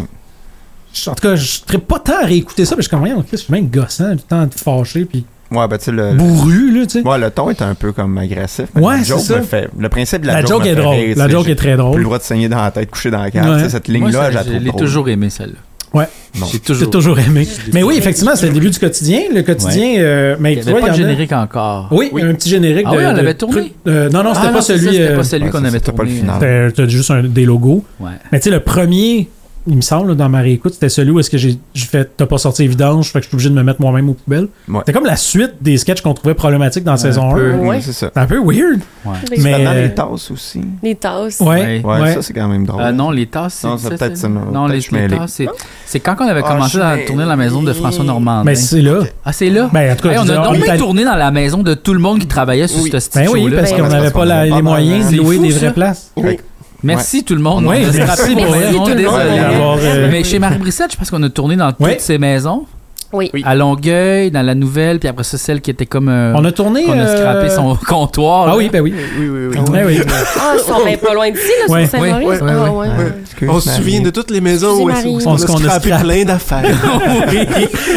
Je- En tout cas, je serais pas tant à réécouter ça, mais je suis comme, voyons, Chris, je suis même gossant, tout le temps fâché, puis Ouais, ben, tu sais, le. bourru, là, tu sais. Ouais, le ton est un peu comme agressif. mais Ouais, la c'est joke ça. me fait- Le principe de la, La joke me est fait drôle. rire, La tu sais, joke j'ai est très Plus le drôle. droit de saigner dans la tête, couché dans la cave. Ouais. Tu sais, Cette Moi, ça, ligne-là, je la je trouve l'ai drôle. toujours aimé, celle-là. Ouais. Non. J'ai J'ai toujours. toujours aimé. Mais oui, effectivement, c'est le début du quotidien. Le quotidien, euh, mais Il n'y tu vois, avait pas de il y en a- générique encore. hein? Oui, il y a un petit générique. Ah de, oui, on de l'avait tourné. truc- euh, non, non, Ah c'était pas, c'est ça, celui. C'était euh, pas celui ouais, qu'on ça, avait c'était tourné. pas le final. T'as t'as juste un, des logos. Ouais. Mais tu sais, le premier, il me semble, là, dans ma réécoute, c'était celui où est-ce que j'ai j'ai fait T'as pas sorti les vidanges, fait que je suis obligé de me mettre moi-même aux poubelles. Ouais. C'était comme la suite des sketchs qu'on trouvait problématiques dans saison 1. peu. Ouais, Ouais. c'est ça. C'est un peu weird. Dans Mais- les tasses aussi. Les tasses. Ouais. Ouais. Ouais, euh, Ouais. ça, c'est quand même drôle. Ah non, les tasses, c'est. Non, c'est ça, peut-être c'est- ça, mais Non, peut-être les, je suis les mêlé. tasses, c'est. C'est quand on avait Ah, commencé je suis à tourner dans la maison de mêlé. François Normand. Mais c'est là. Ah, c'est là? Ben, en tout cas, Hey, on je veux a dire, donc est bien allé- tourné dans la maison de tout le monde qui travaillait sur Oui. ce style Ben oui, show-là. parce Ben qu'on oui. n'avait pas la- Parce qu'on les avait pas moyens de mal, hein. louer C'est des fou, vraies ça. places. Fait que- Merci tout le monde. Oui, On a merci dérapé pour pour vrai. le monde, Merci tout le monde. désolé. D'avoir, euh, Mais chez Marie Brissette, je pense qu'on a tourné dans Ouais. toutes ces maisons. Oui. À Longueuil, dans la Nouvelle, puis après ça, celle qui était comme. euh, On a tourné. qu'on a scrappé euh, son [LAUGHS] comptoir. Ah là. oui, ben oui. Oui, oui, oui. Ben oui. Ah, ils sont bien pas loin d'ici, là, Ouais. sur Saint-Maurice. Ouais, ouais, Ah, ouais. ouais. hein, Excuse, On se Marie. souvient de toutes les maisons Excusez, où est-ce- où Marie. on On se- a qu'on a scrappé scrappé. plein d'affaires. [LAUGHS]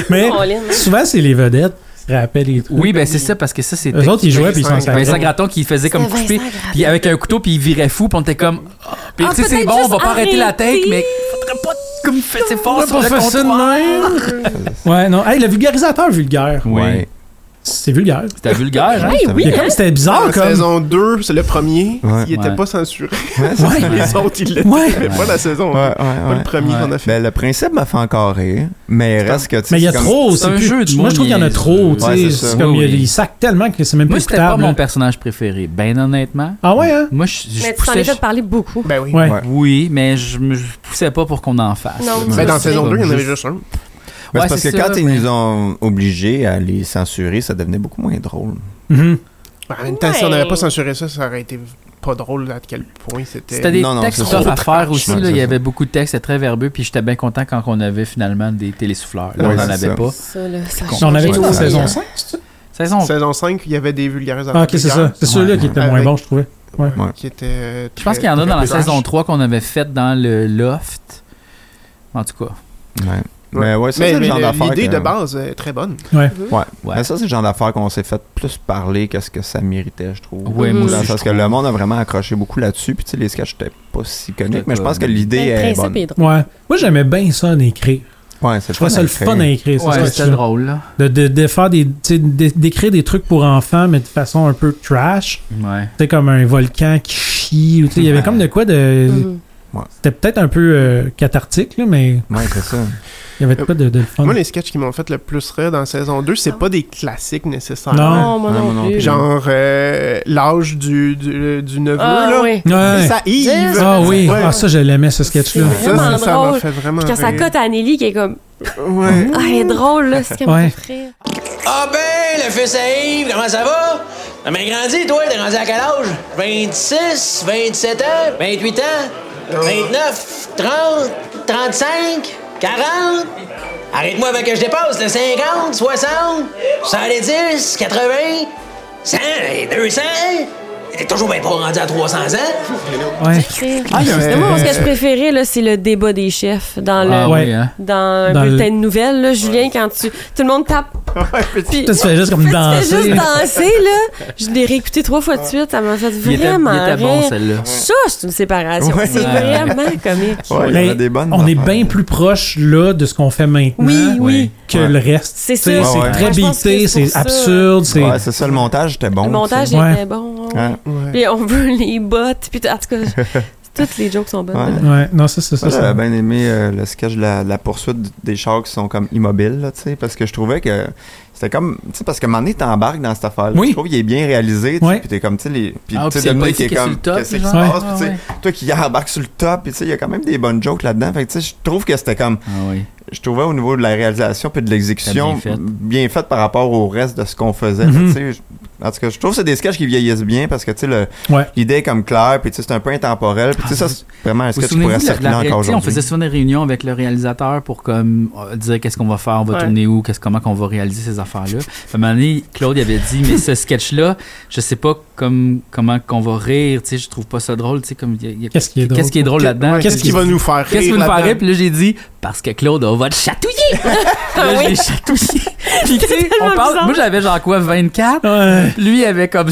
Mais Colin, hein. souvent, c'est les vedettes qui se rappellent les trucs. Oui, ben c'est ça, parce que ça, c'était. Eux autres, ils jouaient puis ils s'en Vincent servaient. Vincent Gratton qui faisait comme Vincent couper, Gratton. puis avec un couteau, puis il virait fou, puis on était comme. Ah, Puis Ah, tu sais, c'est peut-être bon, on juste va pas arrêter la arrêter. tête, mais faudrait pas comme faire ses forces sur pas le faire ça de comptoir. même. Ouais, non. Hey, le vulgarisateur vulgaire. Ouais. C'est vulgaire. C'était vulgaire, hein? Hey, ça oui, Il y a hein? comme c'était bizarre En Ah, comme. saison 2, c'est le premier, Ouais. il était Ouais. pas censuré. [LAUGHS] Ouais. Les autres, ils l'étaient. Ouais. Mais pas la saison. Ouais, ouais, deux. Pas ouais. le premier Ouais. qu'on a fait. Ben, le principe m'a fait encore rire, mais il reste que tu sais, Mais il y a c'est comme- trop, c'est c'est un plus- jeu de Moi, mots je trouve qu'il y en a niaiseux. trop, tu Ouais, sais. c'est ça. C'est comme, Oui, il y a- oui. ils sacent tellement que c'est même Moi, plus c'était pas écoutable. hein. mon là. personnage préféré, ben honnêtement. Ah ouais, hein? Moi, je, je Mais tu t'en poussais... es fait parler beaucoup. Ben oui. Ouais. Ouais. Oui, mais je me je poussais pas pour qu'on en fasse. Non. Ben, dans Ouais. saison 2, il y en avait Juste- juste un. Ben, Ouais, c'est parce que c'est quand ça, ils mais- nous ont obligés à les censurer, ça devenait beaucoup moins drôle. Mhm. Ben, En même temps, si on Ouais. n'avait pas censuré ça, ça aurait été pas drôle à quel point c'était. C'était des Non, non, textes c'est rough ça. à faire aussi. Ouais, là. c'est Il y ça. avait beaucoup de textes, c'était très verbeux. Puis j'étais bien content quand on avait finalement des télésouffleurs. Là, Ouais, on n'en c'est avait ça. pas. Ça, là, ça On change avait nos tout dans vies, saison hein. 5. Saison. Saison 5, il y avait des vulgarisateurs. Ah, ok, c'est ça. vulgaires C'est celui-là qui Ouais. était moins Avec- bon, je trouvais. Ouais. Qui était Je pense qu'il y en a dans la saison 3 qu'on avait faite dans le loft. En tout cas. Ouais. Mais ouais, ça, Mais, c'est le mais genre d'affaire. l'idée que- de base est très bonne. Ouais. Ouais. Mais ça, c'est le genre d'affaire qu'on s'est fait plus parler que ce que ça méritait, je trouve. Ouais, moi Dans aussi, le je sens que trouve. le monde a vraiment accroché beaucoup là-dessus. Puis, tu sais, les sketchs étaient pas si coniques, mais je pense que l'idée euh, Mais est le principe bonne. est drôle. Ouais. Moi, j'aimais bien ça d'écrire. Ouais, c'est Je trouvais ça le fun hein. à écrire. c'est Ouais, ça, c'était ça. drôle, là. De, de, de faire des. tu sais, d'é- d'écrire des trucs pour enfants, mais de façon un peu trash. Ouais. Tu sais, comme un volcan qui chie. ou tu sais, Il y avait comme de quoi de. Mhm. C'était peut-être un peu euh, cathartique, là, mais Ouais, c'est ça. il y avait de quoi de, de le fun. Moi, les sketchs qui m'ont fait le plus rire dans saison 2, c'est Ah. pas des classiques nécessairement. Non. Non, Ah, moi Non, non, moi non plus. plus. Genre euh, l'âge du, du, du neveu, Ah, là. oui. Ouais. Ça Yves. Ah oui, Ouais. ah, ça, je l'aimais, ce sketch-là. C'est Ça, ça, vraiment ça m'a drôle. fait vraiment Puis quand ça rire. cote à Anneli, qui est comme. Mhm. Ouais. Ah, elle est drôle, là, c'est qu'elle Ouais. me fait rire. Ah ben, le fils à Yves, comment ça va? T'as bien grandi, toi? T'es grandi à quel âge? 26, 27 ans, 28 ans, 29, 30, 35, 40? Arrête-moi avant que je dépasse, le 50, 60, 70, 80, 100, 200. T'es toujours bien pas rendu à 300 ans. Ouais. Ah, moi, mon euh, sketch préféré, là, c'est le débat des chefs dans Ah le. Ouais. oui, hein. Dans un Dans bulletin le- de nouvelles, là, Julien, quand tu. Tout le [LAUGHS] monde tape. Puis, Ça, tu fais juste comme tu fais danser. juste danser, là. Je l'ai réécouté trois fois Ah. de suite. Ça m'a fait Il était, vraiment il était bon, rire. celle-là. Ça, c'est une séparation. Ouais. C'est vraiment comique. Ouais, il y en Mais a des bonnes. on est affaires. bien plus proche là de ce qu'on fait maintenant Oui, oui. que Ouais. le reste. C'est Tu sais, ça. C'est Ouais. très Ouais, je pense que bité, c'est pour c'est ça. absurde, c'est Ouais, c'est ça, le montage était bon. Le montage Ouais. était bon. ouais. Ouais. Ouais. Puis on veut les bottes. Puis, en tout cas, [LAUGHS] toutes les jokes sont bonnes. Ouais. Ouais, non, ça, c'est ça. Moi, ça. j'avais bien aimé euh, le sketch de la, la poursuite des chars qui sont comme immobiles, là, tu sais, parce que je trouvais que c'était comme, tu sais, parce que un moment donné, t'embarques dans cette affaire Oui. Je trouve qu'il est bien réalisé, tu Ouais. sais, puis t'es comme, tu sais, les. Puis, Ah, tu puis c'est sais, Dominique le est petit qui est sur comme, le top, qu'est-ce qui se genre. Ah, passe, Ouais. puis, tu sais, toi qui embarques sur le top, puis, tu sais, il y a quand même des bonnes jokes là-dedans. Fait que, tu sais, je trouve que c'était comme, Ah oui. je trouvais au niveau de la réalisation puis de l'exécution, C'était bien fait. bien faite par rapport au reste de ce qu'on faisait, là, Mhm. tu sais. Je- En tout cas, je trouve que c'est des sketchs qui vieillissent bien parce que, tu sais, le- Ouais. l'idée est comme claire, puis, tu sais, c'est un peu intemporel, puis, tu sais, ça, c'est vraiment un Ah, Vous sketch qui souvenez-vous pourrait de la, de circuler la encore réalité? On aujourd'hui. [LAUGHS] faisait souvent des réunions avec le réalisateur pour comme euh, dire qu'est-ce qu'on va faire, on va Ouais. tourner où, qu'est-ce comment qu'on va réaliser ces affaires-là. Puis, À un moment donné, Claude il avait dit mais ce sketch-là, je sais pas comme comment qu'on va rire, tu sais, je trouve pas ça drôle, tu sais comme il y a- il y a- Qu'est-ce qui est drôle? qu'est-ce qui est drôle là-dedans Ouais, Qu'est-ce qui va nous faire rire? Qu'est-ce qui va nous faire là-dedans? rire? Puis là, j'ai dit, parce que Claude, on va te chatouiller! là, je l'ai chatouillé. Puis, tu sais, on tellement parle. bizarre. Moi, j'avais genre quoi, 24? Ouais. Lui, il avait comme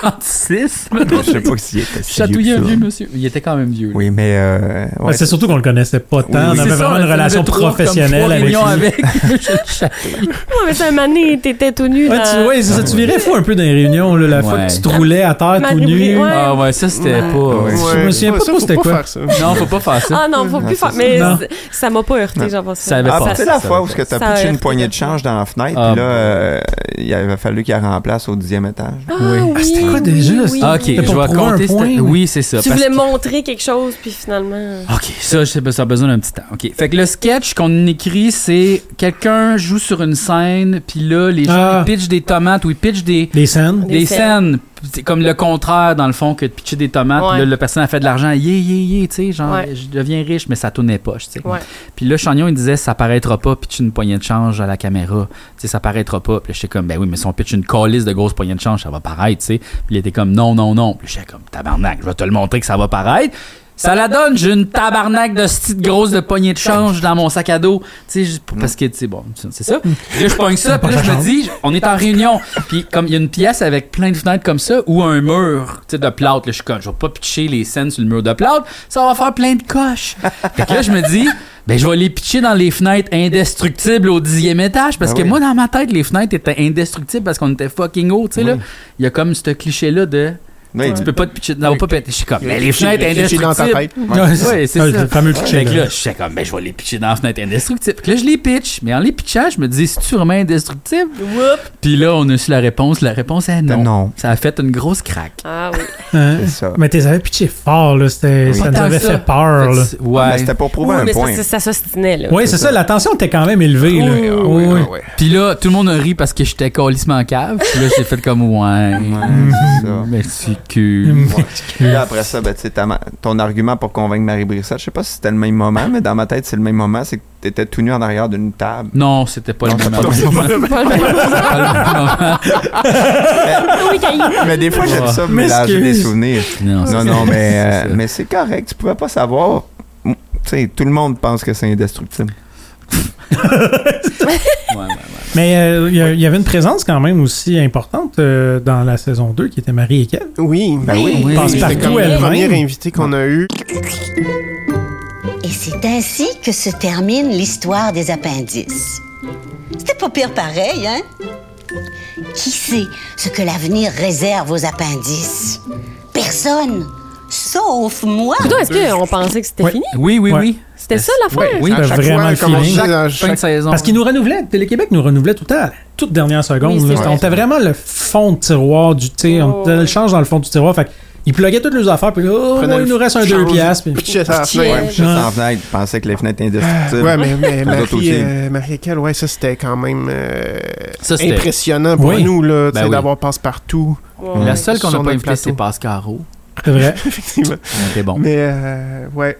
56. Je sais pas s'il était si vieux Chatouiller un Ah, que ça. vieux monsieur. Il était quand même vieux. là. Oui, mais. Euh, ouais, Ouais, Ben, c'est surtout qu'on le connaissait pas Oui, tant. Ah, on c'est avait C'est ça, vraiment une faisait relation trois, comme professionnelle trois avec lui. réunions avec. Je- je- Ouais, mais ça, Mané, t'étais tout nu. Ouais, dans- Ah, tu, ouais, c'est ça, tu virais fou un peu dans les réunions, là, la fois Ouais. que tu te roulais à terre tout Marie- nu. ouais. Ah ouais, ça c'était pas. euh, Ouais. Je me souviens Ouais, pas ça, trop faut c'était quoi. faire ça. Non, faut pas faire ça. Ah non, faut plus ça, faire. Mais non. c- ça m'a pas heurté, j'en pense. Ça avait Ah, pas- c'est la ça fois va où pas. ce que t'as Ça pitché va une pas. poignée de change dans la fenêtre, Ah, puis là, euh, il avait fallu qu'il la remplace au dixième étage. Ah, Oui. oui. Ah, c'était quoi déjà? oui, C'était oui. Ah, ok, je pour vais prouver un raconter. point, c'était- ou- Oui, c'est ça. Tu parce voulais que- montrer quelque chose, puis finalement. Ok, ça, je sais pas, ça a besoin d'un petit temps. Ok, fait que le sketch qu'on écrit, c'est quelqu'un joue sur une scène, puis là, les gens Ah. ils pitchent des tomates ou ils pitchent des, Des scènes. Des des scènes. C'est comme le contraire, dans le fond, que de pitcher des tomates. Ouais. puis Là, le personne a fait de l'argent, yeah, yeah, yeah, tu sais, genre, Ouais. je deviens riche, mais ça tournait pas, tu sais. Ouais. Puis là, Chagnon, il disait, ça paraîtra pas, pitch une poignée de change à la caméra. Tu sais, ça paraîtra pas. Puis là, j'étais comme, ben oui, mais si on pitch une colisse de grosse poignée de change, ça va paraître, tu sais. Puis il était comme, non, non, non. Puis j'étais comme, tabarnak, je vais te le montrer que ça va paraître. Ça la donne, j'ai une tabarnak de petite grosse de poignée de change dans mon sac à dos. Tu sais, juste pour- parce que, tu sais, bon, c'est- c'est [LAUGHS] ça. Puis là, je pogne ça, puis là, je me dis, on est en réunion. Puis comme il y a une pièce avec plein de fenêtres comme ça, ou un mur, tu sais, de plâtre, là, je suis comme, je vais pas pitcher les scènes sur le mur de plâtre, ça va faire plein de coches. Fait que là, je me dis, ben, je vais les pitcher dans les fenêtres indestructibles au dixième étage, parce Ah Ben que oui. moi, dans ma tête, les fenêtres étaient indestructibles parce qu'on était fucking haut, tu sais, là. Il y a comme ce cliché-là de, Ouais, tu peux pas te pitcher, non, pas péter. Je suis comme, mais les fenêtres J'ai indestructibles. dans ta tête. Ouais, c'est Ouais, ça. le fameux pitcher, Fait que là. là, je suis comme, ben, je vais les pitcher dans la fenêtre indestructible. Fait que là, je les pitch, mais en les pitchant, je me dis, c'est-tu vraiment indestructible? Puis là, on a su la réponse. La réponse est non. Non. Ça a fait une grosse craque. Ah oui. Hein? c'est ça. Mais t'es avais pitché fort, là. c'était- Oui. Ça Pas nous Tant avait que ça. fait peur, là. Fait que- Ouais. Mais c'était pour prouver Ouais, un mais point. ça, ça, ça s'ostinait, là. Oui, c'est ça, la tension était quand même élevée, là. Ah Oui, ouais, oui. ah ouais. Puis là, tout le monde a ri parce que j'étais calissement en cave. Puis là, j'ai fait comme, ouais. Ouais, c'est ça. Mais c'est cul. Puis là, après ça, ben, tu sais, ta ma- ton argument pour convaincre Marie Brissette, je sais pas si c'était le même moment, mais dans ma tête, c'est le même moment, c'est que t'étais tout nu en arrière d'une table. Non, c'était pas le même moment. [LAUGHS] oui, quand il- Mais des fois, j'aime ça mélanger des M'excuse. souvenirs. Non, Non, c'est- non, mais, c'est euh, ça. mais c'est correct, tu pouvais pas savoir. Tu sais, tout le monde pense que c'est indestructible. Ouais, ouais, ouais. [LAUGHS] Mais euh, il y, a- il y avait une présence quand même aussi importante euh, dans la saison 2 qui était Marie et Kev. Oui, Ben oui. Oui. Passe c'est partout comme le elle-même. premier invité qu'on a eu. Et c'est ainsi que se termine l'histoire des appendices. C'était pas pire pareil, hein? Qui sait ce que l'avenir réserve aux appendices? Personne! Sauf moi! Putain, est-ce qu'on pensait que c'était Ouais. fini? Oui, oui, Ouais. oui. C'était ça l'affaire? Oui, à chaque vraiment fois, le comme on feeling. dit, à fin de chaque- saison. Parce qu'ils nous renouvelaient. Télé-Québec nous renouvelait tout le temps, à la toute dernière seconde. Oui, c'est là. vrai. Oh, on était vraiment le fond de tiroir du. Tu sais, on était le change dans le fond du tiroir. Fait qu'ils pluguaient toutes nos affaires. Puis oh, Prenait il le nous reste un change, 2 piastres. puis- pitchait ça à la Pitchait. fenêtre. Ouais, je suis Ouais. sans fenêtre, je pensais que les fenêtres étaient indestructibles. Ouais, mais, [LAUGHS] mais Nous autres Marie, aussi. euh, Marie Kell, ouais, ça c'était quand même euh, Ça, c'était- impressionnant pour Oui. nous, là, tu Ben sais, oui. d'avoir passe-partout. [LAUGHS] Ouais. La seule qu'on n'a Sur pas notre invitée, plateau. c'est Pascaro. C'est [LAUGHS] vrai. Effectivement. C'était bon. Mais, euh, ouais,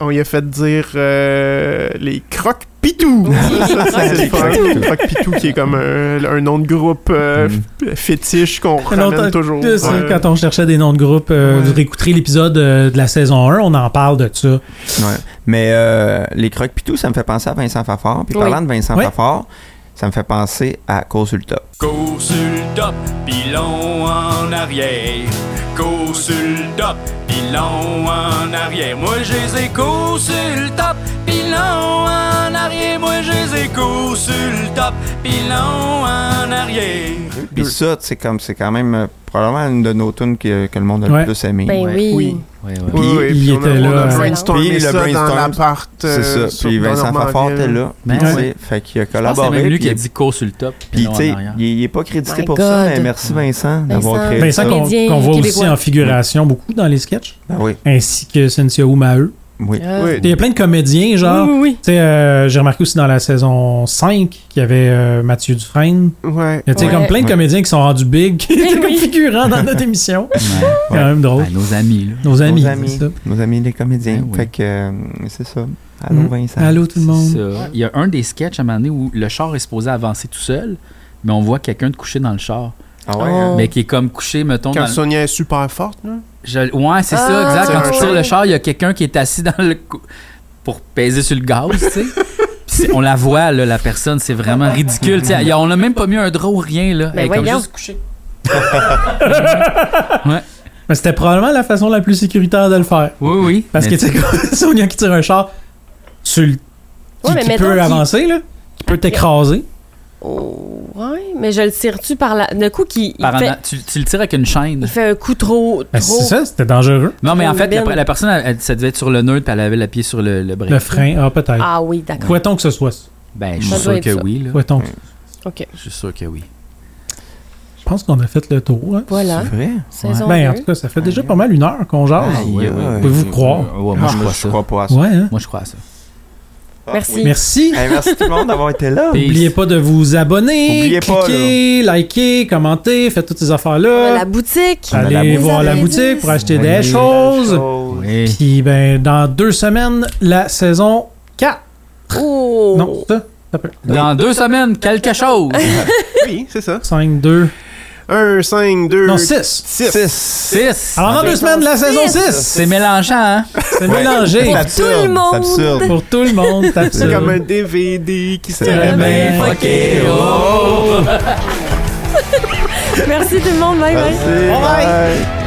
on y a fait dire euh, les crocs pitou. ça, ça, c'est le fun. Les crocs pitou qui est comme un, un nom de groupe euh, f- fétiche qu'on Longtemps- ramène toujours. Tu sais, Ouais. Quand on cherchait des noms de groupe, euh, Ouais. vous réécouterez l'épisode euh, de la saison 1, on en parle de ça. Ouais. Mais euh, les crocs pitou, ça me fait penser à Vincent Fafard. Puis Oui. parlant de Vincent Oui. Fafard, ça me fait penser à Cause sur le top. Cours sur le top, pilon en arrière. Cours sur le top, pilon en arrière. Moi je les ai cours sur le top, pilon en arrière. Moi je les ai cours sur le top, pilon en arrière. Puis ça, tu sais, comme c'est quand même euh, probablement une de nos tunes que, que le monde a Ouais. le plus aimé. Ben Ouais. Oh, oui. Oui. Ouais, ouais. Oui, Puis oui, il puis on a- était on a là. brainstormé Puis le ça dans brainstorm, l'appart. euh, C'est ça. sur- Puis dans Vincent Fafard Normandville. était là. Ben tu sais, ouais. Fait qu'il a Je pense que collaboré. C'est même lui qui puis a dit cours sur le top. Puis, non, tu en sais, arrière. il n'est pas crédité My pour ça, God. mais merci Vincent d'avoir Vincent. créé Vincent ça. qu'on Comédien qu'on voit québécois. aussi en figuration beaucoup dans les sketchs, Ben oui, ainsi que Cynthia Oumaheu. oui. Euh, Il y a plein de comédiens, genre. oui, oui, Tu sais, euh, j'ai remarqué aussi dans la saison 5 qu'il y avait euh, Mathieu Dufresne. Ouais. Il y a tu sais, Ouais. comme plein de Ouais. comédiens qui sont rendus big, [LAUGHS] qui étaient comme oui. figurants dans notre émission. Ouais. Quand même drôle. Ben, nos amis, là. Nos amis, Nos c'est amis, ça. nos amis les comédiens. Ben oui. Fait que euh, c'est ça. Allô Mm. Vincent. Allô tout le C'est monde. ça. Il y a un des sketchs à un moment donné où le char est supposé avancer tout seul, mais on voit quelqu'un de couché dans le char. Ah ouais, hein? Mais qui est comme couché, mettons. Quand Dans le... Sonia est super forte, là. Je- Ouais, c'est ça, Ah, exact. Quand c'est tu un tires le char. char, il y a quelqu'un qui est assis dans le. cou- pour peser sur le gaz, tu [LAUGHS] sais. Puis c'est- on la voit, là, la personne, c'est vraiment ridicule. tu sais. Il y a- On n'a même pas mis un drap ou rien, là. Ben Elle est comme voyons. juste couchée. Mais c'était probablement la façon la plus sécuritaire de le faire. Oui, oui. Parce que, Mais tu sais, quand [LAUGHS] Sonia qui tire un char, tu le- qui, mais qui mettons peut qu'il- avancer, là. Qui peut t'écraser. Oh, ouais, mais je le tire-tu par la. Le coup, qui il par en- fait, tu, tu le tires avec une chaîne. il fait un coup trop. Ben, trop c'est ça, c'était dangereux. Non, mais en fait, la, Robin. la personne, elle- elle- ça devait être sur le neutre, puis elle avait le pied sur le, le break. Le frein, ah, peut-être. Ah oui, d'accord. Souhaitons que ce soit ça. Ben, je suis Ça doit sûr être que ça. oui, là. Souhaitons que- OK. Je suis sûr que oui. Je pense qu'on a fait le tour. hein. Voilà. C'est vrai. Saison Ben, en deux. tout cas, ça fait déjà pas mal une heure qu'on jase. Aïe, aïe, aïe. Ah, Pouvez-vous croire? Ouais, moi, je Ah, Moi, crois je ça. crois pas à ça. Ouais, hein? Moi, je crois à ça. Merci. Merci. Hey, merci tout le monde d'avoir été là. Peace. N'oubliez pas de vous abonner, Oubliez pas, cliquer, liker, commenter, faites toutes ces On a affaires-là. la boutique. On a la Allez boutique. voir la Vous avez boutique pour acheter Oui, des choses. choses. Oui. Puis, ben, dans deux semaines, la saison 4. Oh. Non, ça, ça peut. Dans deux semaines, quelque chose. Oui, c'est ça. 5, 2. 1, 5, 2, Non, six. 6. 6. 6. Alors, dans deux semaines, la saison 6, C'est mélangeant, hein? c'est mélangé Pour tout le monde. C'est absurde. pour tout le monde. t'as C'est ça. comme un DVD qui se Eh remet. ben, Merci tout le monde. Bye bye. Merci, Bye. euh, bye.